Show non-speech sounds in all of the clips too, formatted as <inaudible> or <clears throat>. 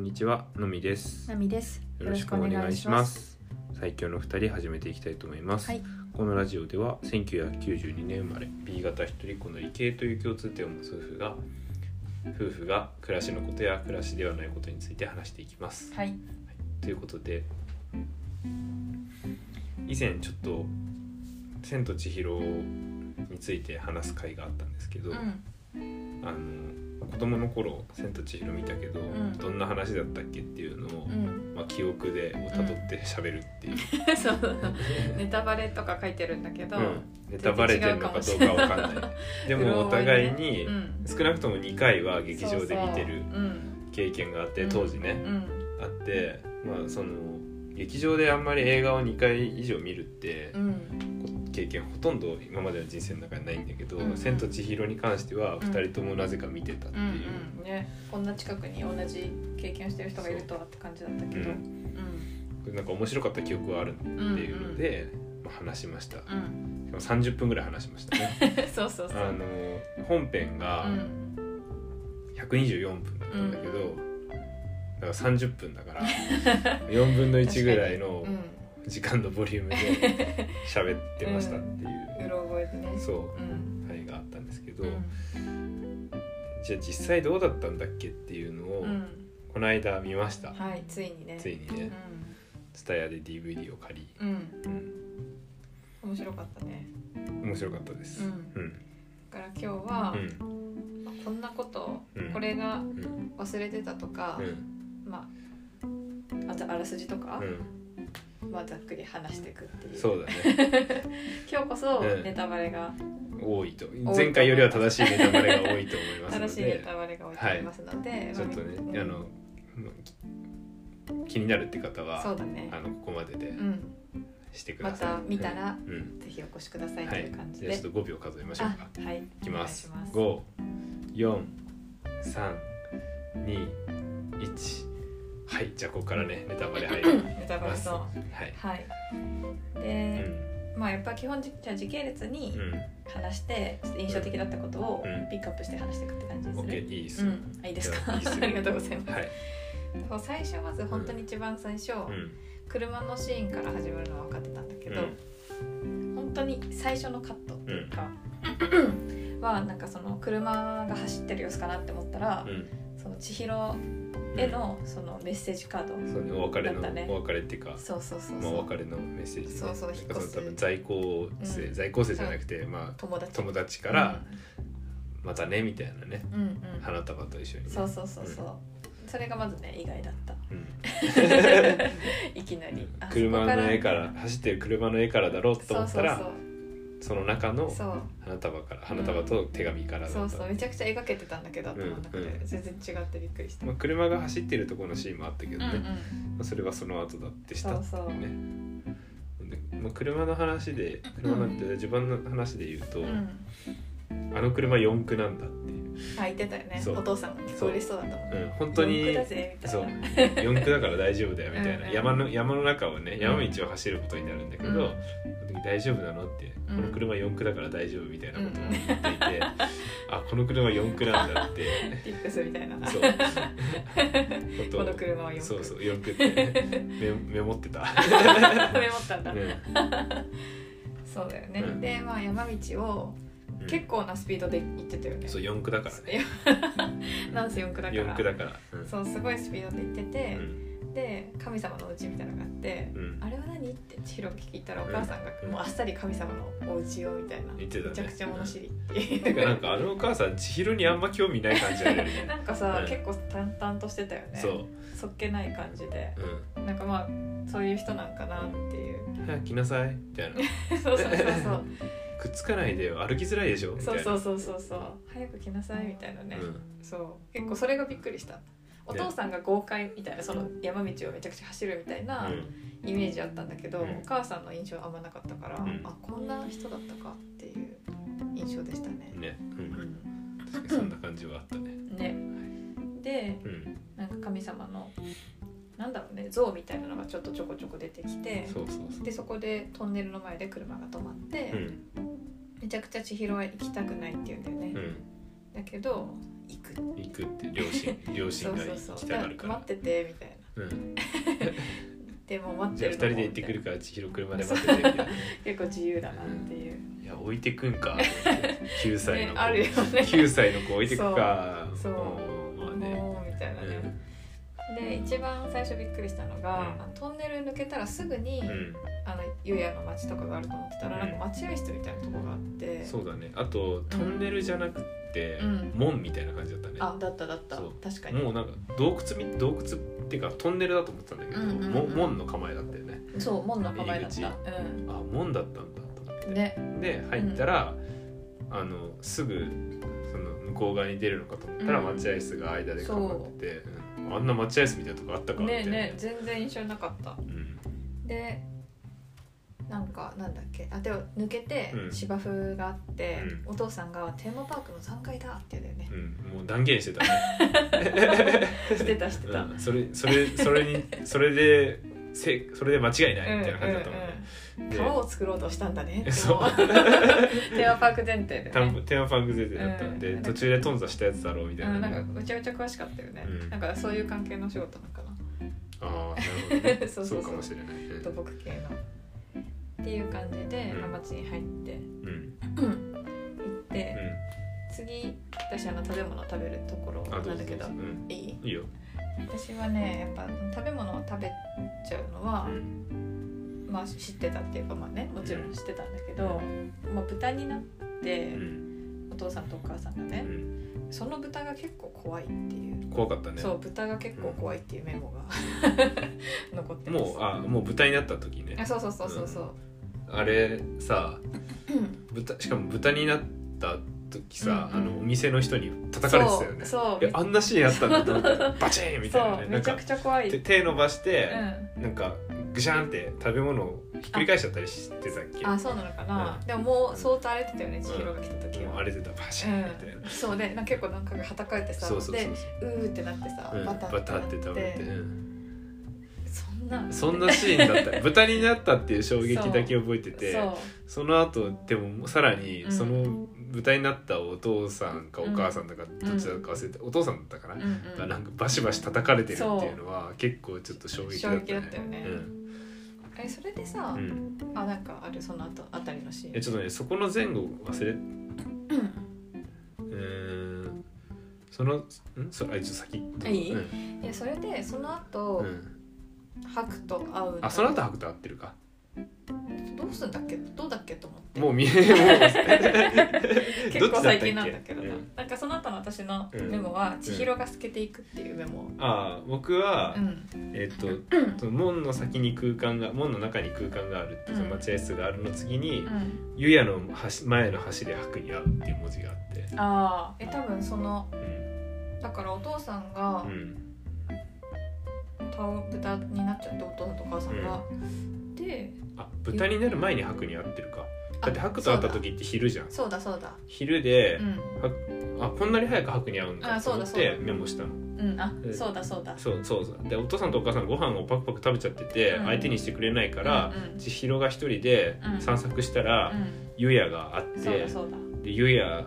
にちはのみですなみです。よろしくお願いします最強の二人始めていきたいと思います、はいこのラジオでは1992年生まれ B 型一人っ子の理系という共通点を持つ夫婦が夫婦が暮らしのことや暮らしではないことについて話していきます、はい。ということで以前ちょっと「千と千尋」について話す回があったんですけど、うん。あの子供の頃「千と千尋」見たけど、んどんな話だったっけっていうのを、うん。まあ、記憶でをたどって喋るっていう、そう。ネタバレとか書いてるんだけど。うんネタバレてるのかどうかわかんない <laughs> でもお互いにうん。少なくとも2回は劇場で見てるそうそううん。経験があって当時ねう、ん。あってまあその劇場であんまり映画を2回以上見るってうん。経験ほとんど今までの人生の中にないんだけど「うん千と千尋」に関してはん2人ともなぜか見てたってう。いうんうん。ね。こんな近くに同じ経験をしてる人がいるとはって感じだったけど。ううん。これなんか面白かった記憶はあるってうん。いうの。で、まあ、話しましたうん。でも30分ぐらい話しましたねそうそうそあう。の本編が、うん。 124分だったんだけど、だから30分だから <laughs> 4分の1ぐらいのうん。時間のボリュームで <laughs> 喋ってましたっていうう、ろ覚えでね。そううん。回があったんですけど、うん。じゃあ実際どうだったんだっけっていうのをうん。この間見ました、はい。ついにね。ついにね TSUTAYA で DVD を借り、うん。うん。うん面白かったね。面白かったですう。うんだんから今日うは。んこんなこと、うんこれがうん忘れてたとか、うんまああとあらすじとかう、んまあ、ざっくり話していくっていうそうだ <laughs> ね今日こそうんネタバレが、多いと前回よりは正しいネタバレが多いと思いますので正しいネタバレが置いてありますので、ちょっとまね、みあの気になるって方はそうだねあのここまででうんしてくまださい。た見たら、うん、うんぜひお越しくださいとはいいう感じじで、ゃあちょっと5秒数えましょうか。あはいいきますお願い。し五、四、三、二、一。はい、じゃあここからねネタバレ入りますネタバまレす。そうははいい。うで、んまあやっぱ基本じじゃあ時系列に話して、ちょっと印象的だったことをうんピックアップして話していくって感じうん。オにすッケる、ーいいです。うんあいいですかいいっすよ <laughs> ありがとうございますはい。そう最初まず本当に一番最初、うん。車のシーンから始まるのは分かってたんだけうど、ん。本当に最初のカットっていうか、 <clears throat> はなんかその車が走ってる様子かなって思ったら、うん。その千尋へのそのメッセージカード、そうねお別れだったねのお別れっていうか。そうそうそうまそあ、う、お別れのメッセージね、そうそうなんか引っ越すの多分在校生、うん在校生じゃなくて、まあ友達友達から、またねみたいなねうんうん、花束と一緒に、ね、そうそうそうそう、それがまずね意外だった <laughs> うんいきなりあ車の絵そこから走ってる車の絵からだろうと思ったらそそうの中のそうそう花束から花束と手紙からだった、そうそうそうめちゃくちゃ描けてたんだけど頭の中で、うんうん全然違ってびっくりした、まあ、車が走ってるところのシーンもあったけどね、うんうまんあ、それはその後だってしたそっうそう、てねでまあ、車の話で車なんて自分の話で言うと、うん、あの車四駆なんだっていう、あ言ってたよねそうお父さんもねそう嬉しそうだったもんねうん、本当に四駆だぜみたそいうな四駆だから大丈夫だよみたいうんなうん山の山の中をね山道を走ることになるんだけど、うんその時大丈夫なのって、うんこの車四駆だから大丈夫みたいなことを言っていて、 <laughs> あこの車四駆なんだってティップスみたいなそうことこの車は四駆そう <laughs> そう四駆って、ね、メメモってた、メモったんだ、うんそうだよね、うんでまあ山道をうん結構なスピードで行ってたよね、そう四駆だからね <laughs> なんせ四駆だから四駆だから、うんそうすごいスピードで行ってうて、んで神様のお家みたいなのがあって、うんあれは何って千尋が聞いたらおうん母さんが、うんもうあっさり神様のお家をみたいな言ってたねめちゃくちゃ物知りっててかいなんうかあのお母さん千尋にあんま興味ない感じある <laughs> よねなんかさ、うん結構淡々としてたよねそそっけない感じでう、うなんかまあそういう人なんかなっ <laughs> ていうん、早く来なさいみたいなそうそうそうそうくっつかないでよ歩きづらいでしょみたいそうなそうそうそうそう早く来なさいみたいなね、うんそう結構それがびっくりしたお父さんが豪快みたいなその山道をめちゃくちゃ走るみたいなうんイメージあったんだけど、うんお母さんの印象はあんまなかったから、んあこんな人だったかっていう印象でしたね。ね、うん、う確かにそんな感じはあったね。んねでうん、なんか神様のなんだろうね像みたいなのがちょっとちょこちょこ出てきてそうそうそう。でそこでトンネルの前で車が止まって、うん、めちゃくちゃ千尋は行きたくないって言うんだよね。うん、だだけど行く行くって両親 <laughs> 両親そうがそう行そきうただがかるらか待っらててみたいなうんでも待っじてゃあ2人るのもで行ってくるみから千尋車で待っててみ <laughs> たいなたいな結構自由だなっていう、いや置いてくん <laughs> か9歳のねあるよね子9歳の子置いてくかそうそうもうまあね <laughs> もうみたいなうねん、で一番最初びっくりしたのが、うんあのトンネル抜けたらすぐに、うんあのゆうやの町とかがあると思ってたら、うんなんか待合室みたいなとこがあってそうだねあとトンネルじゃなくて、うん門みたいな感じだったねあだっただったそう確かにもうなんか洞窟み洞窟っていうかトンネルだと思ってたんだけど、うんうんうんも門の構えだったよねそう門の構えだっ入たうあ門だったんだと思ってんねで入ったら、あのすぐその向こう側に出るのかと思ったら、うん待合室が間で頑張ってて、うんあんな待合室みたいなとこあったかみたねいなね全然印象なかったうんでなんかなんだっけあでも抜けてうん芝生があって、うお父さんが「テーマパークの3階だ」って言うんだよねうん、もう断言してたね、 <laughs> してたしてた、うんうん、それそれそれにそれでせそれで間違いないみたいな感じだったもんね、うんうんで川を作ろうとしたんだねってそう思う <laughs> テーマパーク前提で、タねンテーマパーク出てだったんで、うん途中で頓挫したやつだろうみたいな,、うん、なんかめちゃめちゃ詳しかったよね、うんなんかそういう関係の仕事なのかなああなるほど、 <laughs> ね、そうそうそかうもしれない、ね土木系のっていう感じで、うん町に入ってうんうん行って、次私あの食べ物食べるところあなんどうだぞけどどうぞうんいいいいよ、私はねやっぱ食べ物を食べちゃうのはう、んまあ知ってたっていうかまあねもちろん知ってたんだけど、まあ、豚になって、うんお父さんとお母さんがうねんその豚が結構怖いっていう、怖かったねそう豚が結構怖いっていうメモが残ってますもうあもう豚になった時ねあそうそうそうそうそう、あれさうん、豚しかも豚になった時さ、うんうんあのお店の人に叩かれてたよねそうそういやあんなシーンあったんだと思 <laughs> ってバチーンみたいなそねうなめんちゃかくちゃ怖い、う手ん、手伸ばして、なんかぐしゃんって食べ物をひっくり返しちゃったりしてたっけあそうなのかな、うんでももう相当荒れてたよね千尋が来た時もうは、荒れてたバシーンみたいな、うんそうでなんか結構なんかがはたかれてさそうそうそうでうーってなってさ、うんバタバターっっててな食っべてて、うんそんなそんなシーンだった豚になったっていう衝撃だけ覚えててそうその後でもさらにうんその舞台になったお父さんかお母さんだかどっちだか忘れて、お父さんだったかな、うんうんがなんかバシバシ叩かれてるっていうのは結構ちょっと衝撃だったね衝撃だったよねうんえそれでさ、うんあなんかあるその後あたりのシえーンちょっとねそこの前後忘れうんうーんそのんそれあ一応先あいいうんいやそれでその後、うんハクと会うあその後白と合ってるかどうすんだっけどうだっけと思ってもう見えもう <laughs> 結構最近なんだけどどっちなだったっ <laughs> けうんなんかその後の私のうんメモは、千尋が透けていくっていうメモああ僕は、うんえっとその門の先に空間が門の中に空間があるってその待合室があるの次に、うんゆやの橋前の橋で白に会うっていう文字があって、ああえ多分そのうんだからお父さんがうんタオ豚になっちゃってお父さんとお母さんが、であ豚になる前に白に会ってるかだって白と会った時って昼じゃんそうだそうだ昼でう、んあこんなに早く白に会うんだあとそう思だってそうメモしたのうんあうんそうだそうだそうそうそうでお父さんとお母さんご飯をパクパク食べちゃってて、うん相手にしてくれないから、うんうん千尋が一人でうん散策したら、うゆやがあっんそうてだそうだでゆや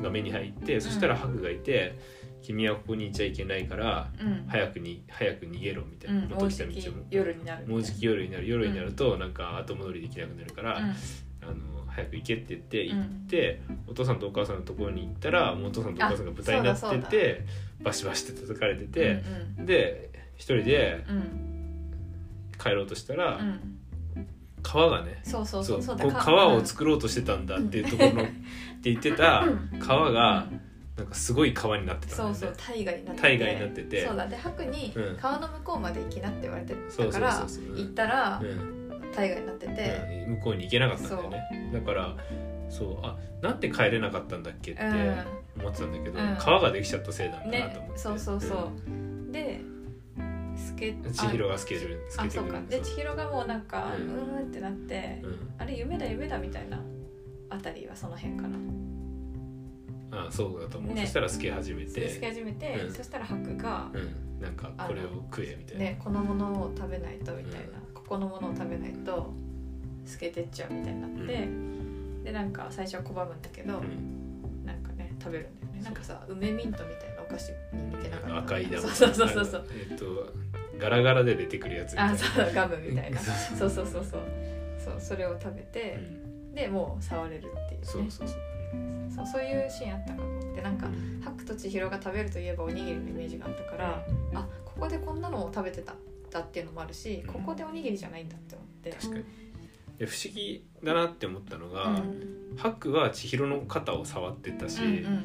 が目に入ってそしたら白がいて、君はここにいちゃいけないからうん早くに早く逃げろみたういな、んも元う来たじ道きも夜になるもうじき夜になる夜になるとなんか後戻りできなくなるから、うんあの早く行けって言ってうん行って、お父さんとお母さんのところに行ったらもうお父さんとお母さんが豚になあそっうだててバシバシって叩かれてて、で一人でうんうん帰ろうとしたうら、んうん川がねそうそうそうそうだこうか川うをん作ろうとしてたんだっていうところの、って言ってたうん川がうんなんかすごい川になってたんだそようね。そう大河になって大河になっててそうだで白にうん川の向こうまで行きなって言われてそたうかそうらそうそう行ったらうん大河になっててうん向こうに行けなかったんだよねだからそうあなんで帰れなかったんだっけってう思ってたんだけど、うん川ができちゃったせいなんだなと思ねって、そうそうそうでスケうん千尋がスケジュールつけあてそうくるかんでそう千尋がもうなんかううんーんってなってうんあれ夢だ夢だみたいなあたりはその辺かなあそうだと思う、ねそしたらスケ始めそれつきて、始めてうんそしたら白がうん、なんかこれを食えみたいな、ね、このものを食べないとみたいな、ここのものを食べないと透けてっちゃうみたいになって、でなんか最初は拒むんだけど、うんなんかね食べるんだよねねなんかさ梅ミントみたいなお菓子に似てなかった赤いなそうそうそうそうそうえっとガラガラで出てくるやつみたいなあそうガムみたいなそうそうそうそうそうそうそれを食べて、うんでもう触れるっていう,、ね、そうそうそうそうそういうシーンあったかもでなんか「白と千尋が食べる」といえばおにぎりのイメージがあったから、あここでこんなのを食べてただっていうのもあるし、うんここでおにぎりじゃないんだって思って。確かにで不思議だなって思ったのうんが、ハクは千尋の肩を触ってたし、うんうん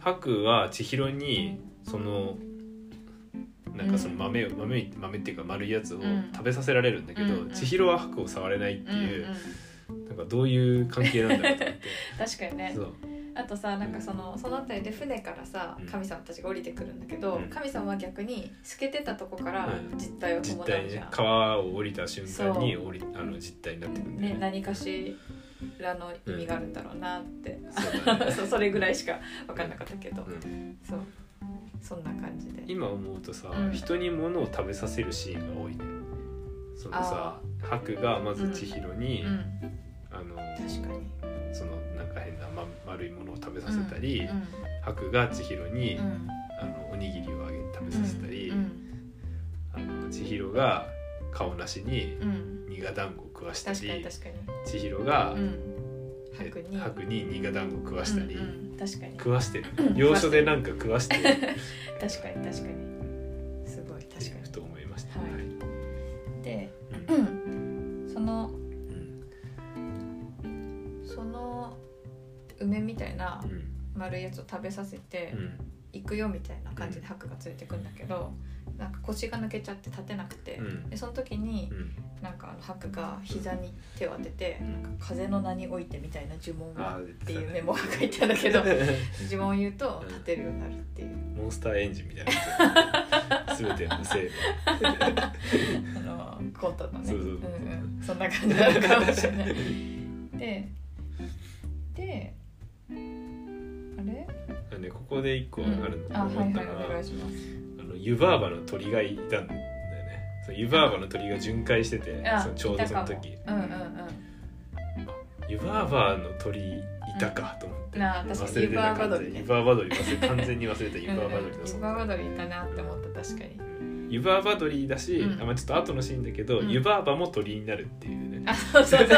ハクは千尋にそのなんかその豆を豆豆っていうか丸いやつをうん食べさせられるんだけど、うんうん千尋はハクを触れないってうんうんいうう、んなんかどういう関係なんだろうと思って確かに <laughs> ねそうあとさなんかそのその辺りで船からさうん神様たちが降りてくるんだけど、うん神様は逆に透けてたとこからうん実態を伴実うじゃ態ん、ね川を降りた瞬間にそう降りあの実態になってくるんだよね、ね何かしらの意味があるんだろうな <laughs> って、そうだねそうそれぐらいしか分かんなかったけど、うんそうそんな感じで今思うとさ、うん人に物を食べさせるシーンが多いねそのさハクがまず千尋に、うんあの確かにそのなんか変な、ま、丸いものを食べさせたり、うんハクが千尋に、うんあのおにぎりをあげ食べうんさせたり、うんあの千尋が顔なしにうん苦団子を食わした確かにり確かに千尋が、うんえ白にハクに苦団子を食わしたり、うんうん確かに食わしてるうん要所でなんか食わしてる <laughs> 確かに確かにすごい確かふと思いました、はいにで、うんうん、そのうんその梅みたいなうん丸いやつを食べさせて、うん行くよみたいな感じでうん白が連れてくんだけど、なんか腰が抜けちゃって立てなくて、うんでその時にうんなんかあの白が膝に手を当てて「うんなんか風の名において」みたいな呪文あがーって言いうてメモが書いてあるんだけどたね <laughs> 呪文を言うとうん立てるようになるっていうモンスターエンジンみたいなやつ全てのせいあのコントのねそうそううんうんそんな感じなのかもし <laughs> れない。でであれあのねここで一個あるのあはい思ったはいのおは願いします。あの湯婆婆の鳥がいたんだよねその湯婆婆の鳥が巡回しててあそのちょうどいそたかのも時うんうんうん湯婆婆の鳥いたかと思って、うんなあ確かに忘れてなかった湯湯婆婆婆鳥忘れ完全に忘れた湯うん婆婆う鳥んだそ湯う婆婆鳥いたなって思った確かに。湯婆婆鳥だし、うんあまあ、ちょっと後のシーンだけど、うん湯婆婆も鳥になるっていうねあそ <laughs> うそうそう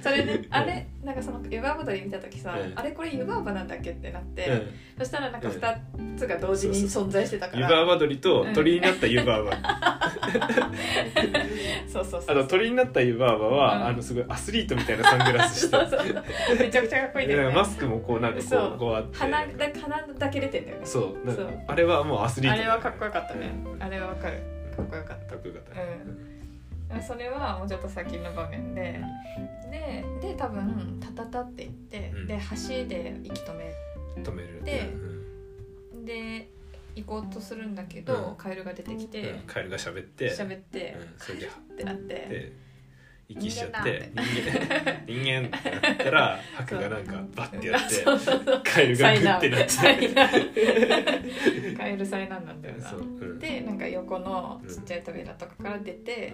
それであれなんかその湯婆婆鳥見た時さ、うんあれこれ湯婆婆なんだっけってなって、うんそしたらなんか2つが同時に存在してたか湯ら、婆婆鳥と鳥になった湯婆婆、あそうそうそうと鳥になった湯婆婆は、うんあのすごいアスリートみたいなサングラスしてそうそうそうめちゃくちゃかっこいいんだでなよんねかマスクもこうなんかそこううこうあって鼻だ鼻だけ出てんだよねそうなんかそうあれはもうアスリーあトれはかっこよかったねうんあれはわかるかっこよかっかっこよかった、たそれはもうちょっと先の場面ででで多分タタタって言って、うんで橋で息止め止めるでうんで行こうとするんだけど、うんカエルが出てきうんてカエルが喋って喋って、うんそれでってなってで息しちゃっ人て間人間人間ってなったらハクがなんかバッてやってそうそう <laughs> そうカエルがグッてなっ災て難カエル災難なんだよなそううんでなんか横のちっちゃい扉とかから出て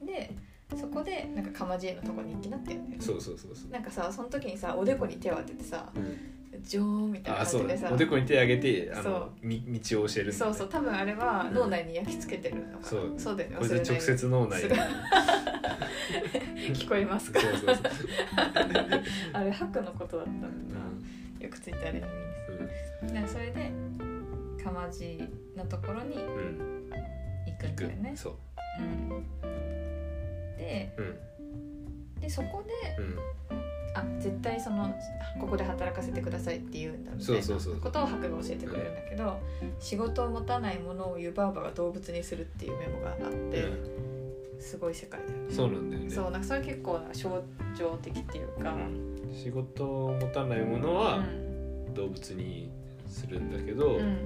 う、んでそこでなんかかまじいのとこに行きなってんだよねそうそうそうそうなんかさその時にさおでこに手を当ててさうん「ジョー」みたいなあ感そじうでさおでこに手あげてあそうのみ道を教えるんだそようねそう多分あれは脳内に焼き付けてるのかなそうだよねこれで直忘れない接脳内に <laughs> すごい聞こえますかそうそうそう <laughs> あれハクのことだったんだうな、んよくついてあれにねそれでかまじのところにうんうん行くんだよね、そううん、でうんでそこでうんあ絶対そのここで働かせてくださいって言うんだみたそういそうそうなことを白が教えてくれるんだけど仕事を持たないものを湯婆婆が動物にするっていうメモがあってうすごい世界だよねんそうなんだよねそうなんかそれ結構な象徴的っていうか、うん仕事を持たないものうはん動物にするんだけど、うん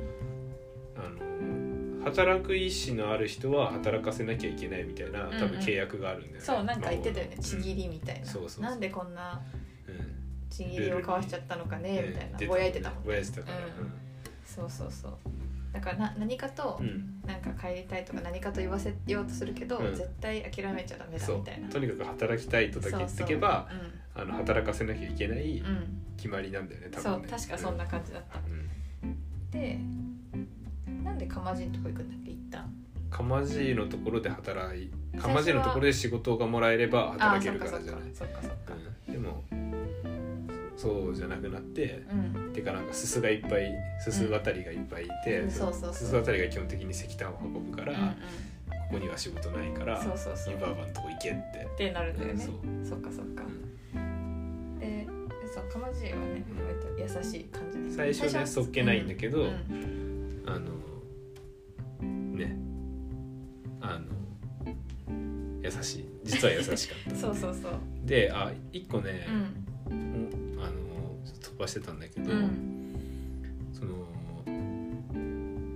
あの働く意思のある人は働かせなきゃいけないみたいな多うんう分ん契約があるんだよね、そうなんか言ってたよねまあちぎりみたいな、そうそうそうなんでこんなうんちぎりを交わしちゃったのかねみたいな、出ぼやいてたもんぼやいてたからそうそうそうだからな何かと、うん、うんなんか帰りたいとか何かと言わせようとするけど、うん絶対諦めちゃダメだそうみたいなとにかく働きたいとだけ言ってけばそうそうあの働かせなきゃいけないうん、決まりなんだよね多そ分うね確かそんな感じだったうんでなんで釜爺のとこ行くんだっけ一旦かまじいのところで働い最初かはまじいのところで仕事がもらえればあ働けあそっるかかそらっじゃかない、そっかそっかうん、でもそうじゃなくなってうんてかなんかすすがいっぱいすす渡りがいっぱいいて、うんすすそうそうそう渡りが基本的に石炭を運ぶから、うんうんここには仕事ないからそうそうそう湯婆婆のとこ行けってってなるんだよねそうそっかそっかうんでそう釜爺はね割と優しい感じで最初ねはそっけないんだけどうんうんあのねあの優しい実は優しかったそうそうそうであ一個ね、うんあのちょっと飛ばしてたんだけど、うんその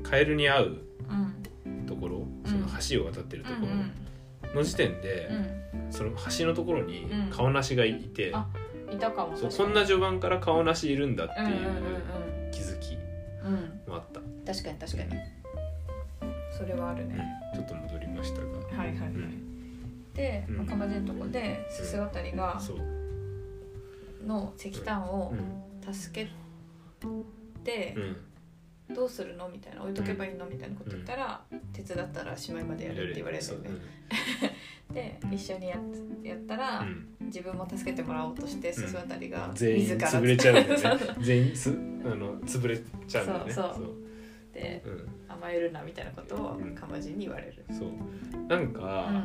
カエルに会ううんところうんその橋を渡ってるとこうんろの時点で、うんその橋のところにうん顔なしがいて、あうんいたかもそう確かこにんな序盤から顔なしいるんだってうんうんいう気づきんうんうんもあった、うん確かに確かにそれはあるねちょっと戻りましたが、はいはいはいうんでうん赤羽のとこでスス渡りがそう、の石炭をうん助けてうん、どうするのみたいな置いとけばいいのみたいなこと言ったら手伝ったらしまいまでやるって言われるそうのねで一緒にやっやったうらん自分も助けてもらおうとしてすす渡りが全員自ら潰れちゃうんだそよねそ全員すあの潰れちゃうんだよねそうそう <laughs> でそううん甘えるなみたいなことをかまじに言われる。そうなんうんか、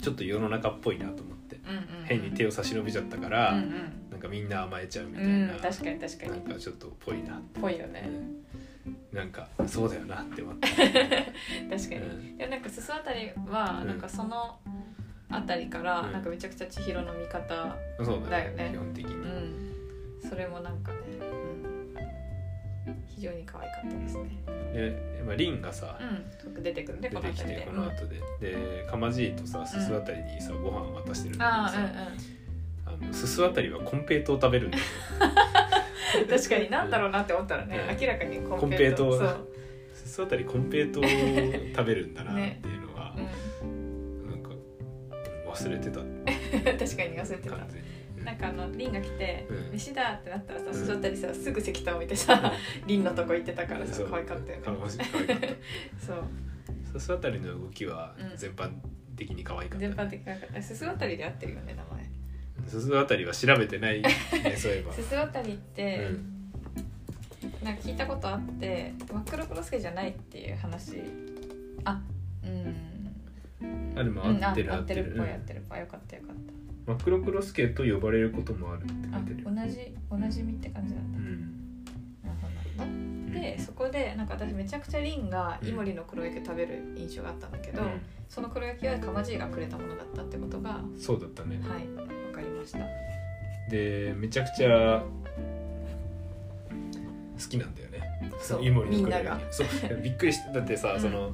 ちょっと世の中っぽいなと思ってうんうんうん変に手を差し伸べちゃったから、うんなんかみんな甘えちゃうみうたいん、な、うん、確かに確かなんかにちょっとっぽいなって、ぽいよねなんかそうだよなって思った、確かうに、んでもなんか裾あたりはうんなんかそのあたりからうんなんかめちゃくちゃ千尋の味方、そうだだよよねね基本的に、うんそれもなんかね、うん非常に可愛かったですねで、まあ、リンがさ、うんよく出てくるねこ出のてき辺りてでこの後で、でかまじいとさすすあたりにさ、ご飯渡してるんだあけあどうさ、んあのすすあたりはコンペイトを食べるんだよ <laughs> うん確かになんだろうなって思ったらね、うん明らかにココンンペペイイトトをそう、すすあたりコンペイトを食べるんだなっていうのは、うなんか忘れてた完ん、 <laughs> 確かに忘れてた全に。うんなんかあのリンが来てうん「飯だ!」ってなったらさんすすあたりさすぐ石炭を見てさリンのとこ行ってた <laughs> からさそう可愛かったよねかわい可愛か <laughs> ったそうさすあたりの動きはうん全般的に可愛かった、全般的なすす渡りで合ってるよね名すすあたりは調べてない <laughs> ねそういえば前すす渡りって、うんなんか聞いたことあってマックロクロスケじゃないっていう話あうんあれも合ってる、うんあ合合っっててるるっぽい合うっんてるっぽいよかったよかっマクロクロスケと呼ばれることもあるってたあ書いてる同じおなじみって感じなんうだんなるほどでそこでなんか私めちゃくちゃリンがイモリの黒焼きを食べる印象があったんだけうど、んその黒焼きはかまじいがくれたものだったってことがはそうだったねいわかりましたでめちゃくちゃ好きなんだよねそうイモリみのんな黒がが <laughs> そうびっくりしただってさ、うんその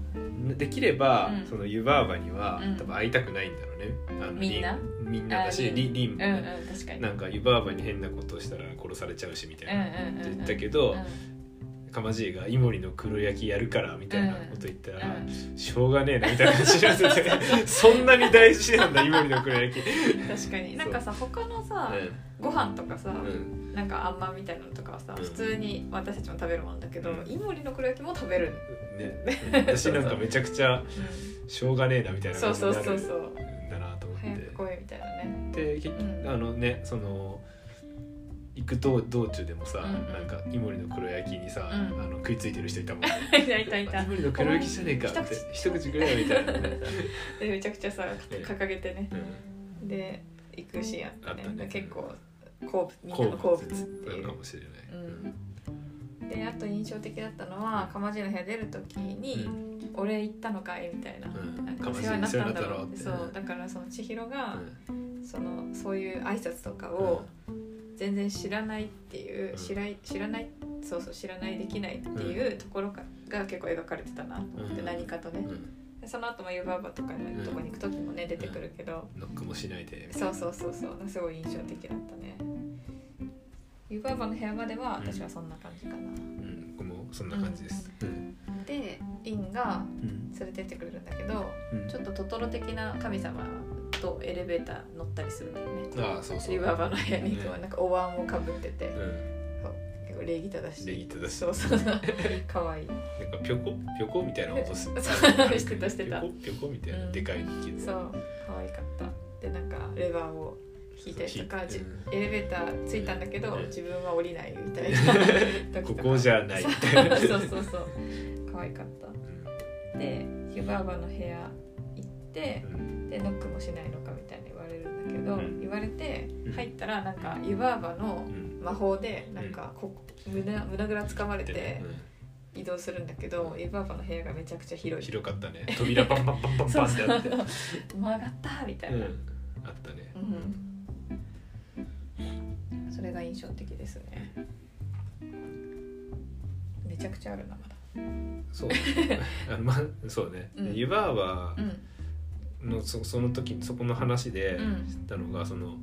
できれば、うんその湯婆婆には、うん多分会いたくないんだろうねあのみんなみんなだしあリンリンうもんね、うん確かになんか湯婆婆に変なことをしたら殺されちゃうしみたいなうんうんうんうんって言ったけど、うかまじいが「イモリの黒焼きやるから」みたいなこと言ったらん、う「んしょうがねえな」みたいな感じになって <laughs> てそんなに大事なんだイモリの黒焼き。確かになんかさ他のさ、うご飯とかさ、んうんなんかあんまんみたいなのとかはさ、うん普通に私たちも食べるもんだけど、うんイモリの黒焼きも食べる、 <laughs> ね、私なんかめちゃくちゃうしょうがねえなみたいん、なそう感じそうになそるうんそうだなと思早っく来いみたいなねてで結うんあのねその行く道道中でもさ、うんなんかイモリの黒焼きにさ、うんあの食いついてる人いたもんねい <laughs> たいたいたイモリの黒焼きじゃねえかって一一口口くれよみたいなね、でめちゃくちゃさえ掲げてねうんで行くシーンあったねあったね結構好物みんなの好物っていなのうかもしれない。うんであと印象的だったのはかまじの部屋出る時にう「俺行ったのかい?」みたいなうんなんかかおまじ世話になったんだろう」っておそ世話になったろうってうだからその千尋がんそのそういう挨拶とかを全然知らないっていう、うん知らい知らないそうそう知らないできないっていうところかが結構描かれてたなと思って、うん何かとねう、んでその後も湯婆婆とかのとこに行く時もね、出てくるけど、ノックもしないで。そうそうそうそうすごい印象的だったね湯婆婆の部屋までは私はそんな感じかな、うん、僕もそんな感じです。うんでリンが連れてってくれるんだけどちょっとトトロ的な神様とエレベーター乗ったりするんだよねああそうそうリバーバの部屋に行くわなんかお椀をかぶっててうん結構礼儀正しい礼儀正しいそうそう可愛いなんかぴょこぴょこみたいな音す <laughs> そうしてたしてたぴょこぴょこみたいな、うんでかい木のそう可愛かったでなんかレバーを引いたりとかそうじ引いうんエレベーター着いたんだけどうん自分は降りないみたいな時とこかこじゃないみたいなそうそうそう可愛かったで湯婆婆の部屋行ってうんでノックもしないのかみたいに言われるんだけど、うん言われてうん入ったらなんか湯婆婆のうん魔法でなんかこ胸胸ぐらつかまれて移動するんだけど湯婆婆の部屋がめちゃくちゃうん、広い広かったね扉パンパンパンパンそパンっうそてうあっ曲てがったみたいな、うん、あったねうん、それが印象的ですねめちゃくちゃあるなまだそうね <laughs> あの、ま、そうね、うん湯婆婆うんのそその時にそこの話でうん知ったのが、その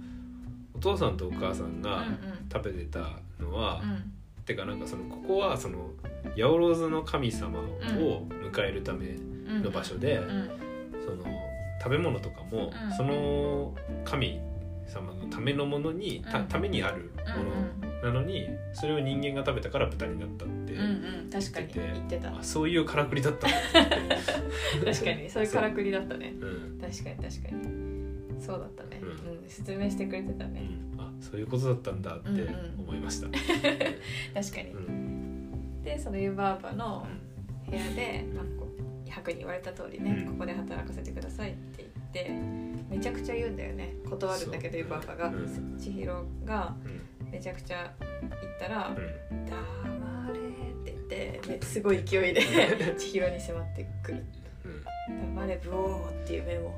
お父さんとお母さんうんが食べてたのは、うんてかなんかそのここはその八百万の神様を迎えるためうんの場所で、うんうんその食べ物とかも、うんその神様のためのものにたうんためにあるものなのにそれを人間が食べたから豚になったって、うんうん確かに言ってたあそういうからくりだったんだって <laughs> 確かにそういうからくりだったねうん確かに確かにそうだったね、ううん、説明してくれてたうねん、あそういうことだったんだって思いました。確かにう、んでその湯婆婆の部屋で、まあ、こう白に言われた通りね、うんここで働かせてくださいって言ってめちゃくちゃ言うんだよね断るんだけどそう湯婆婆が、うん千尋がうんめちゃくちゃ言ったらうん「黙れ」って言ってめすごい勢い <laughs> で千尋に迫ってくる「黙れブオー」っていう <laughs> メモ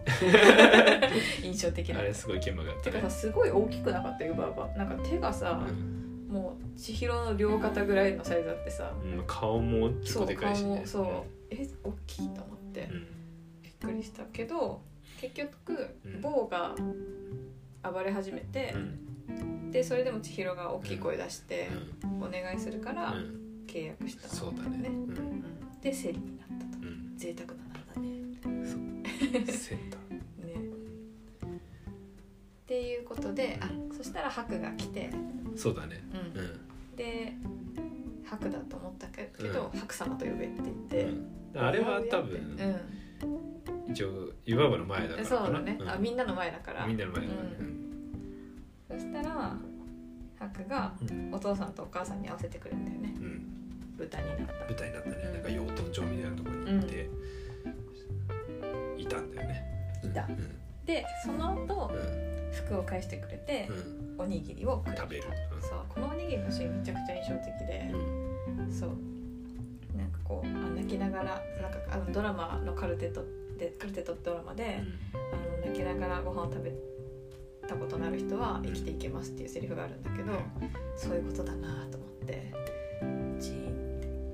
印象的うんなあれすごい剣幕だったてかさね。すごい大きくなかった湯婆婆なんか手がさ、うんもう千尋の両肩ぐらいのサイズあってさ、うん顔も結そ構うでか顔いしもね。そうえ大きいと思って、うんびっくりしたけど結局うん坊が暴れ始めてう、んでそれでも千尋が大きい声出してうお願いするかんらうん契約した、そうだね。うんうんでセリになったとうん贅沢ななんだねセンター。ねっていうことであそしたら白が来て、そうだね。うんうんで白だと思ったけど、白様と呼べって言って、うん。あれは多分う一応湯婆婆の前だかん、らそうかなだね、うんあみんなの前だからみんなの前だからね。うそしたらハクがうんお父さんとお母さんに会わせてくれるんだよねうんうん豚になった舞台になったね。なんか養豚場みたいなところに行っていたんだよね。いたうんでその後うん服を返してくれてうん。おにぎりをくれた食べるそうこのおにぎりのシーンめちゃくちゃ印象的でうんそうなんかこうあ泣きながらなんかあのドラマのカルテットでカルテットってドラマであの泣きながらご飯を食べたことのある人は生きていけますっていうセリフがあるんだけどそういうことだなと思ってジーン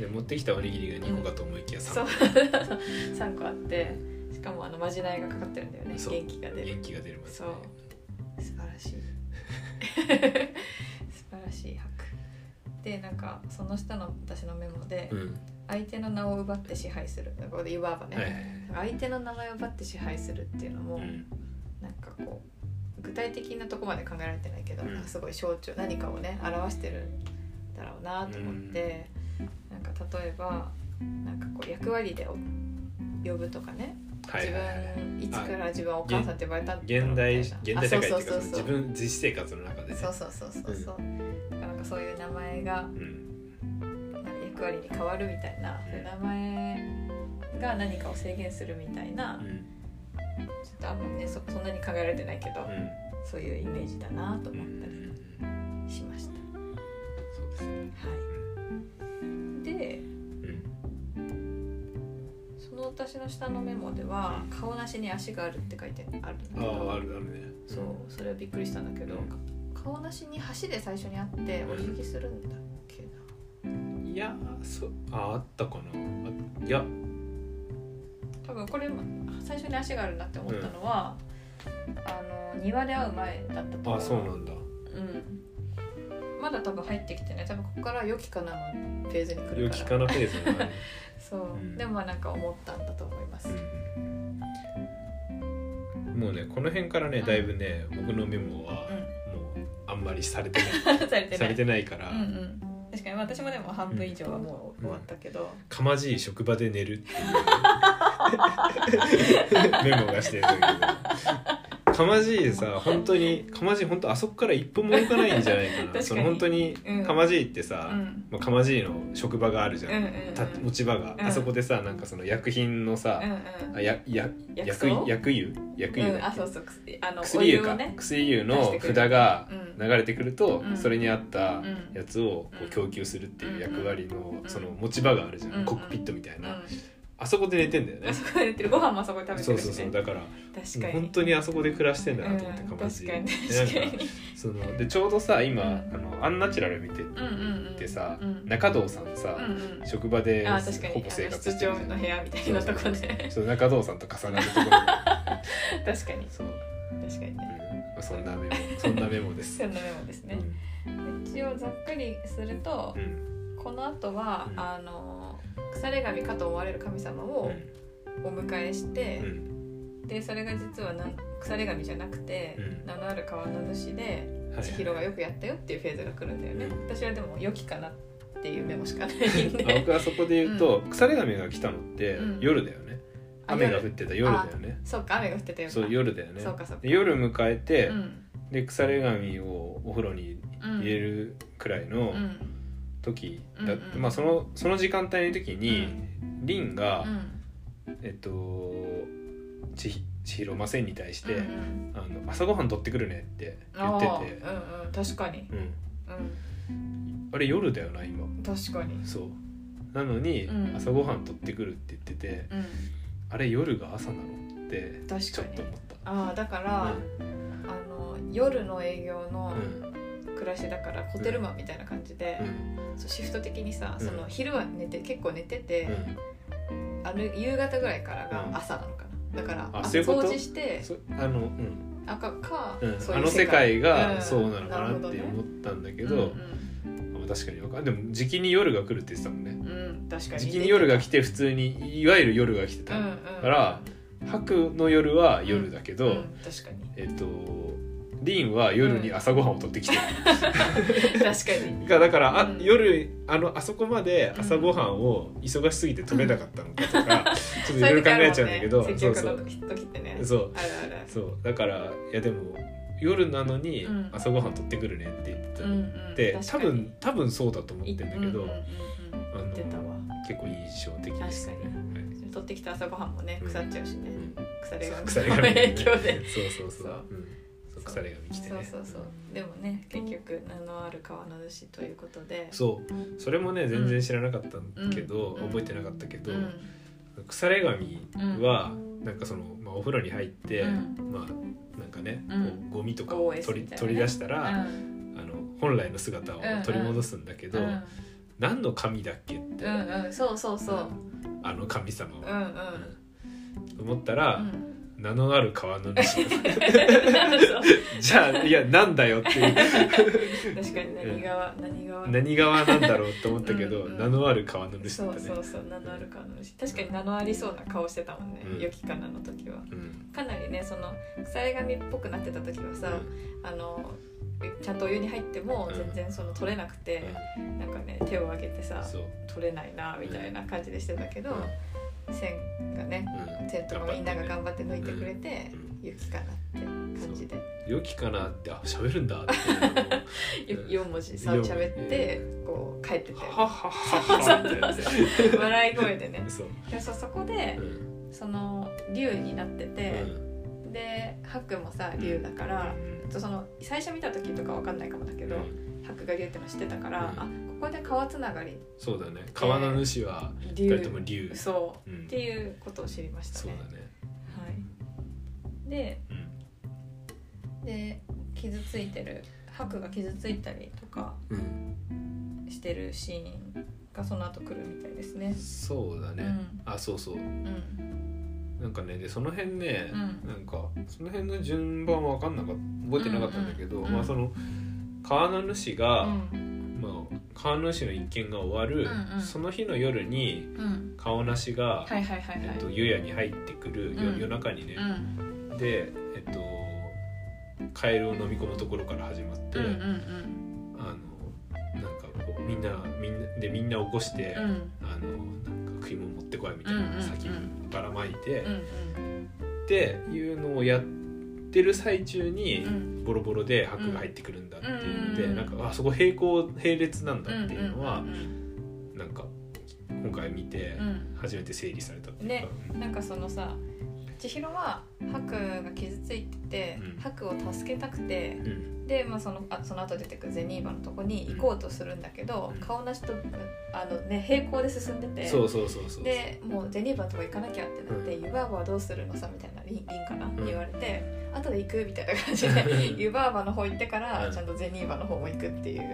で持ってきたおにぎりが2個かと思いきやそう3 <laughs> 3個あってしかもあのまじないがかかってるんだよねそう元気が個出る元気が出るまでねそう素晴ら <laughs> しい素晴らしい拍でなんかその下の私のメモで、うん相手の名を奪って支配するこれでいわばね、はいはいはい相手の名前を奪って支配するっていうのも、うんなんかこう具体的なとこまで考えられてないけど、うんなんかすごい象徴何かをね表してるんだろうなと思って、なんか例えばなんかこう役割でお呼ぶとかね、はいはいはい自分いつから自分はお母さんって呼ばれたんだろう現みたい代な現代社会ってあいうかそうそうそうそう自分自主生活の中でねそうそうそうそうそう、なんかそういう名前がうんなんか役割に変わるみたいな、そういう名前が何かを制限するみたいな、うんちょっとあんまねそそんなに考えられてないけど、うんそういうイメージだなとうん思ったりしました。そうですねはい、でうんその私の下のメモでは「顔なしに足がある」って書いてあるんだけあどああるあるねそうそれはびっくりしたんだけど、顔なしに橋で最初に会ってお辞儀するんだっけないやそうああったかなあいや多分これ最初に足があるなって思ったのは、あの庭で会う前だったと思あそうなんだうんまだ多分入ってきてない多分ここから「良きかな」のフェーズに来良るきからかなペース <laughs> の前にそう、うんでもまあなんか思ったんだと思います、うんもうねこの辺からねだいぶね、僕のメモはもうあんまりされてなうん、 <laughs> されていなさいれてないから、うんうん、確かに私もでも半分以上はもう終わったけど、かまじい職場で寝るっていう <laughs> メモがしてるんだけどかまじいさ本当にかまじい本当あそこから一歩も動かないんじゃないかな確かにその本当にうんかまじいってさ、うんまあ、かまじいの職場があるじゃん、うんうんうんた持ち場が、うんあそこでさなんかその薬品のさう、んあやや薬薬草薬湯薬うん湯、うん、あそうそう薬あのお薬湯湯か、をね薬湯出しのてくれ札るがう流んれてくると、うんそれに合ったうんやつをこううん供給するっていう役割の、うんその持ち場があるじゃん、うんコックピットみたいうんな、あそこで寝てんだよねあそこで寝てるご飯もあそこで食べてそうるし、そね、うそうだから確かに本当にあそこで暮らしてんだなと思ってうんかまじい、確かにでなんか確かにそのでちょうどさ今、うんあのアンナチュラル見てうんうんうんてさ、うん中堂さんさ、うんうん職場であ確かにほぼ生あの活し室てる長じゃんの部屋みたいなとこでそう中堂さんと重なるところ <laughs> 確かにそう、うん確かにねまあ、そんなメモそんなメモですそんなメモですね一応ざっくりするとう、んこの後は、うんあの腐れ神かと思われる神様うをんお迎えして、うんでそれが実はなん腐れ神じゃなくて、うん名のある川名主ではい千尋がよくやったよっていうフェーズが来るんだよね、うん私はでも良きかなっていうメモしかないん <laughs> あで僕はそこで言うと、腐れ神が来たのってうん夜だよね、 <laughs> あ雨が降夜ってた夜だよねそうか雨が降ってたよそう夜だよねそうかそうかで夜迎えて、うんで腐れ神をお風呂にうん入れるくらいのうん時うんだ、うんうんまあ、そのその時間帯の時に、リンが、うんえっとちひ千尋マセンに対して、うんうんあの「朝ごはん取ってくるね」って言あってーて、うんうん確かにうん、うあれ夜だよな今ん確かにそうなのに、うん朝ごはん取ってくるって言っててうんあれ夜が朝なのって確ちかょっにと思っああだから、あの夜の営業たのうん暮らしだからホテルマンみたいな感じでう、んそうシフト的にさうんその昼は寝て結構寝てて、うんあの夕方ぐらいからうんが朝なのかなだからああそういうこと掃除してそあのうんあかか、うんそうあいうの世界がそうなのかるなほっどてね思ったんだけけど、まあ確かにわかんでも時期に夜が来るって言ってたもんねうん、うんうん確かに時期に夜が来て普通にいわゆる夜が来てた、うんうんから白の夜は夜だけど、うん確かにえっとリンは夜に朝ごはんを取ってきてる、確かに <laughs> がだからあ、うん夜あのあそこまで朝ごはんを忙しすぎて取れなかったのかとか、ち <laughs> ょっといろいろ考えちゃうんだけどそそう,、いう時そあうるそもんうね積極の時ってねそうあるあるあるだからいやでも夜なのにうん朝ごはん取ってくるねって言ってたうんうのっんて、確多かに分多分そうだと思ってんだけど、うんうんうんうんあの言ってたわ結構印象的ですね。確はい取ってきた朝ごはんもね腐っちゃうしね、うん腐れが腐れの髪 <laughs> 影響で。 <laughs> そうそうそうそううんそう腐れ髪来てねそうそうそうでもね結局名のある川の主ということでそうそれもね全然知らなかったんだけど、うん覚えてなかったけど、うん腐れ髪はなんかその、まあ、お風呂に入って、うまあなんかね、うんこうゴミとかを OS 取り,、みたいなね取り出したら、うんあの本来の姿を取り戻すんだけど、うん何の神だっけって、うんうんそうそうそうあの神様うんうは、んうん思ったら、うん名のある川の主 <laughs> そうじゃあいやなんだよっていう <laughs> 確かに何川何川何側なんだろうと思ったけど、うんうん名のある川の主そだっうたねそうそう名のある川の主確かに名のありそうな顔してたもんねうん良きかなの時はうんかなりねその腐れ髪っぽくなってた時はさあのちゃんとお湯に入ってもうん全然その取れなくて、なんかね手を挙げてさそう取れないなみたいな感じでしてたけど、うん線がねうん線とかみんなが頑張って抜いてくれてう、ん雪かなって感じで良きかなってあ喋るんだって <laughs> ようん4文字さよ喋ってこう帰っていうてのをはっはっはっはみたいな笑い声で <laughs> ねそうでそうそこでうんその竜になってうて、んでハクもさ竜だから、その最初見た時とかわかんないかもだけうど、んハクが竜っての知ってたから、うんあここで川つながりそうだね川の主は二竜人とも竜そううんっていうことを知りましたそうねだ。ねはい、でうんで傷ついてる白が傷ついたりとかうんしてるシーンがその後来るみたいですね。そうだうねんあそうそううんなんかねでその辺ね、うんなんかその辺の順番は分かんなかった覚えてなかったんだけど、うんうんまあその川の主が、うんまあ、川の主の一件が終わる、うんうんその日の夜にうん川なしが、はいはいはいはい。えっと、湯屋に入ってくる、ようん夜中にねう、んで、カエルを飲み込むところから始まって、うんうんあのなんかこうみんなみんなでみんな起こして、うんうんあのなんか食い物持ってこいみたいなうんうんうん先にばらまいて、うんっていうのをやってる最中にう、んボロボロで白が入ってくるんだっていうので、うんなんかあそこ平行並列なんだうんっていうのは、うんうんなんか今回見てうん初めて整理されたっていうかね、なんかそのさ千尋はハクが傷ついてて、うんハクを助けたくてうんうんで、まあ、そのあその後出てくるゼニーバのとこに行こうとするんだけど、うん顔なしとあの、ね、平行で進んでてそうそうそうそうでもうゼニーバのとこ行かなきゃってなって「う湯婆婆はどうするのさ」みたいなリンリンかな、ん言われて「後で行く」みたいな感じ <laughs> で湯婆婆の方行ってから、うんちゃんとゼニーバの方も行くっていう、うん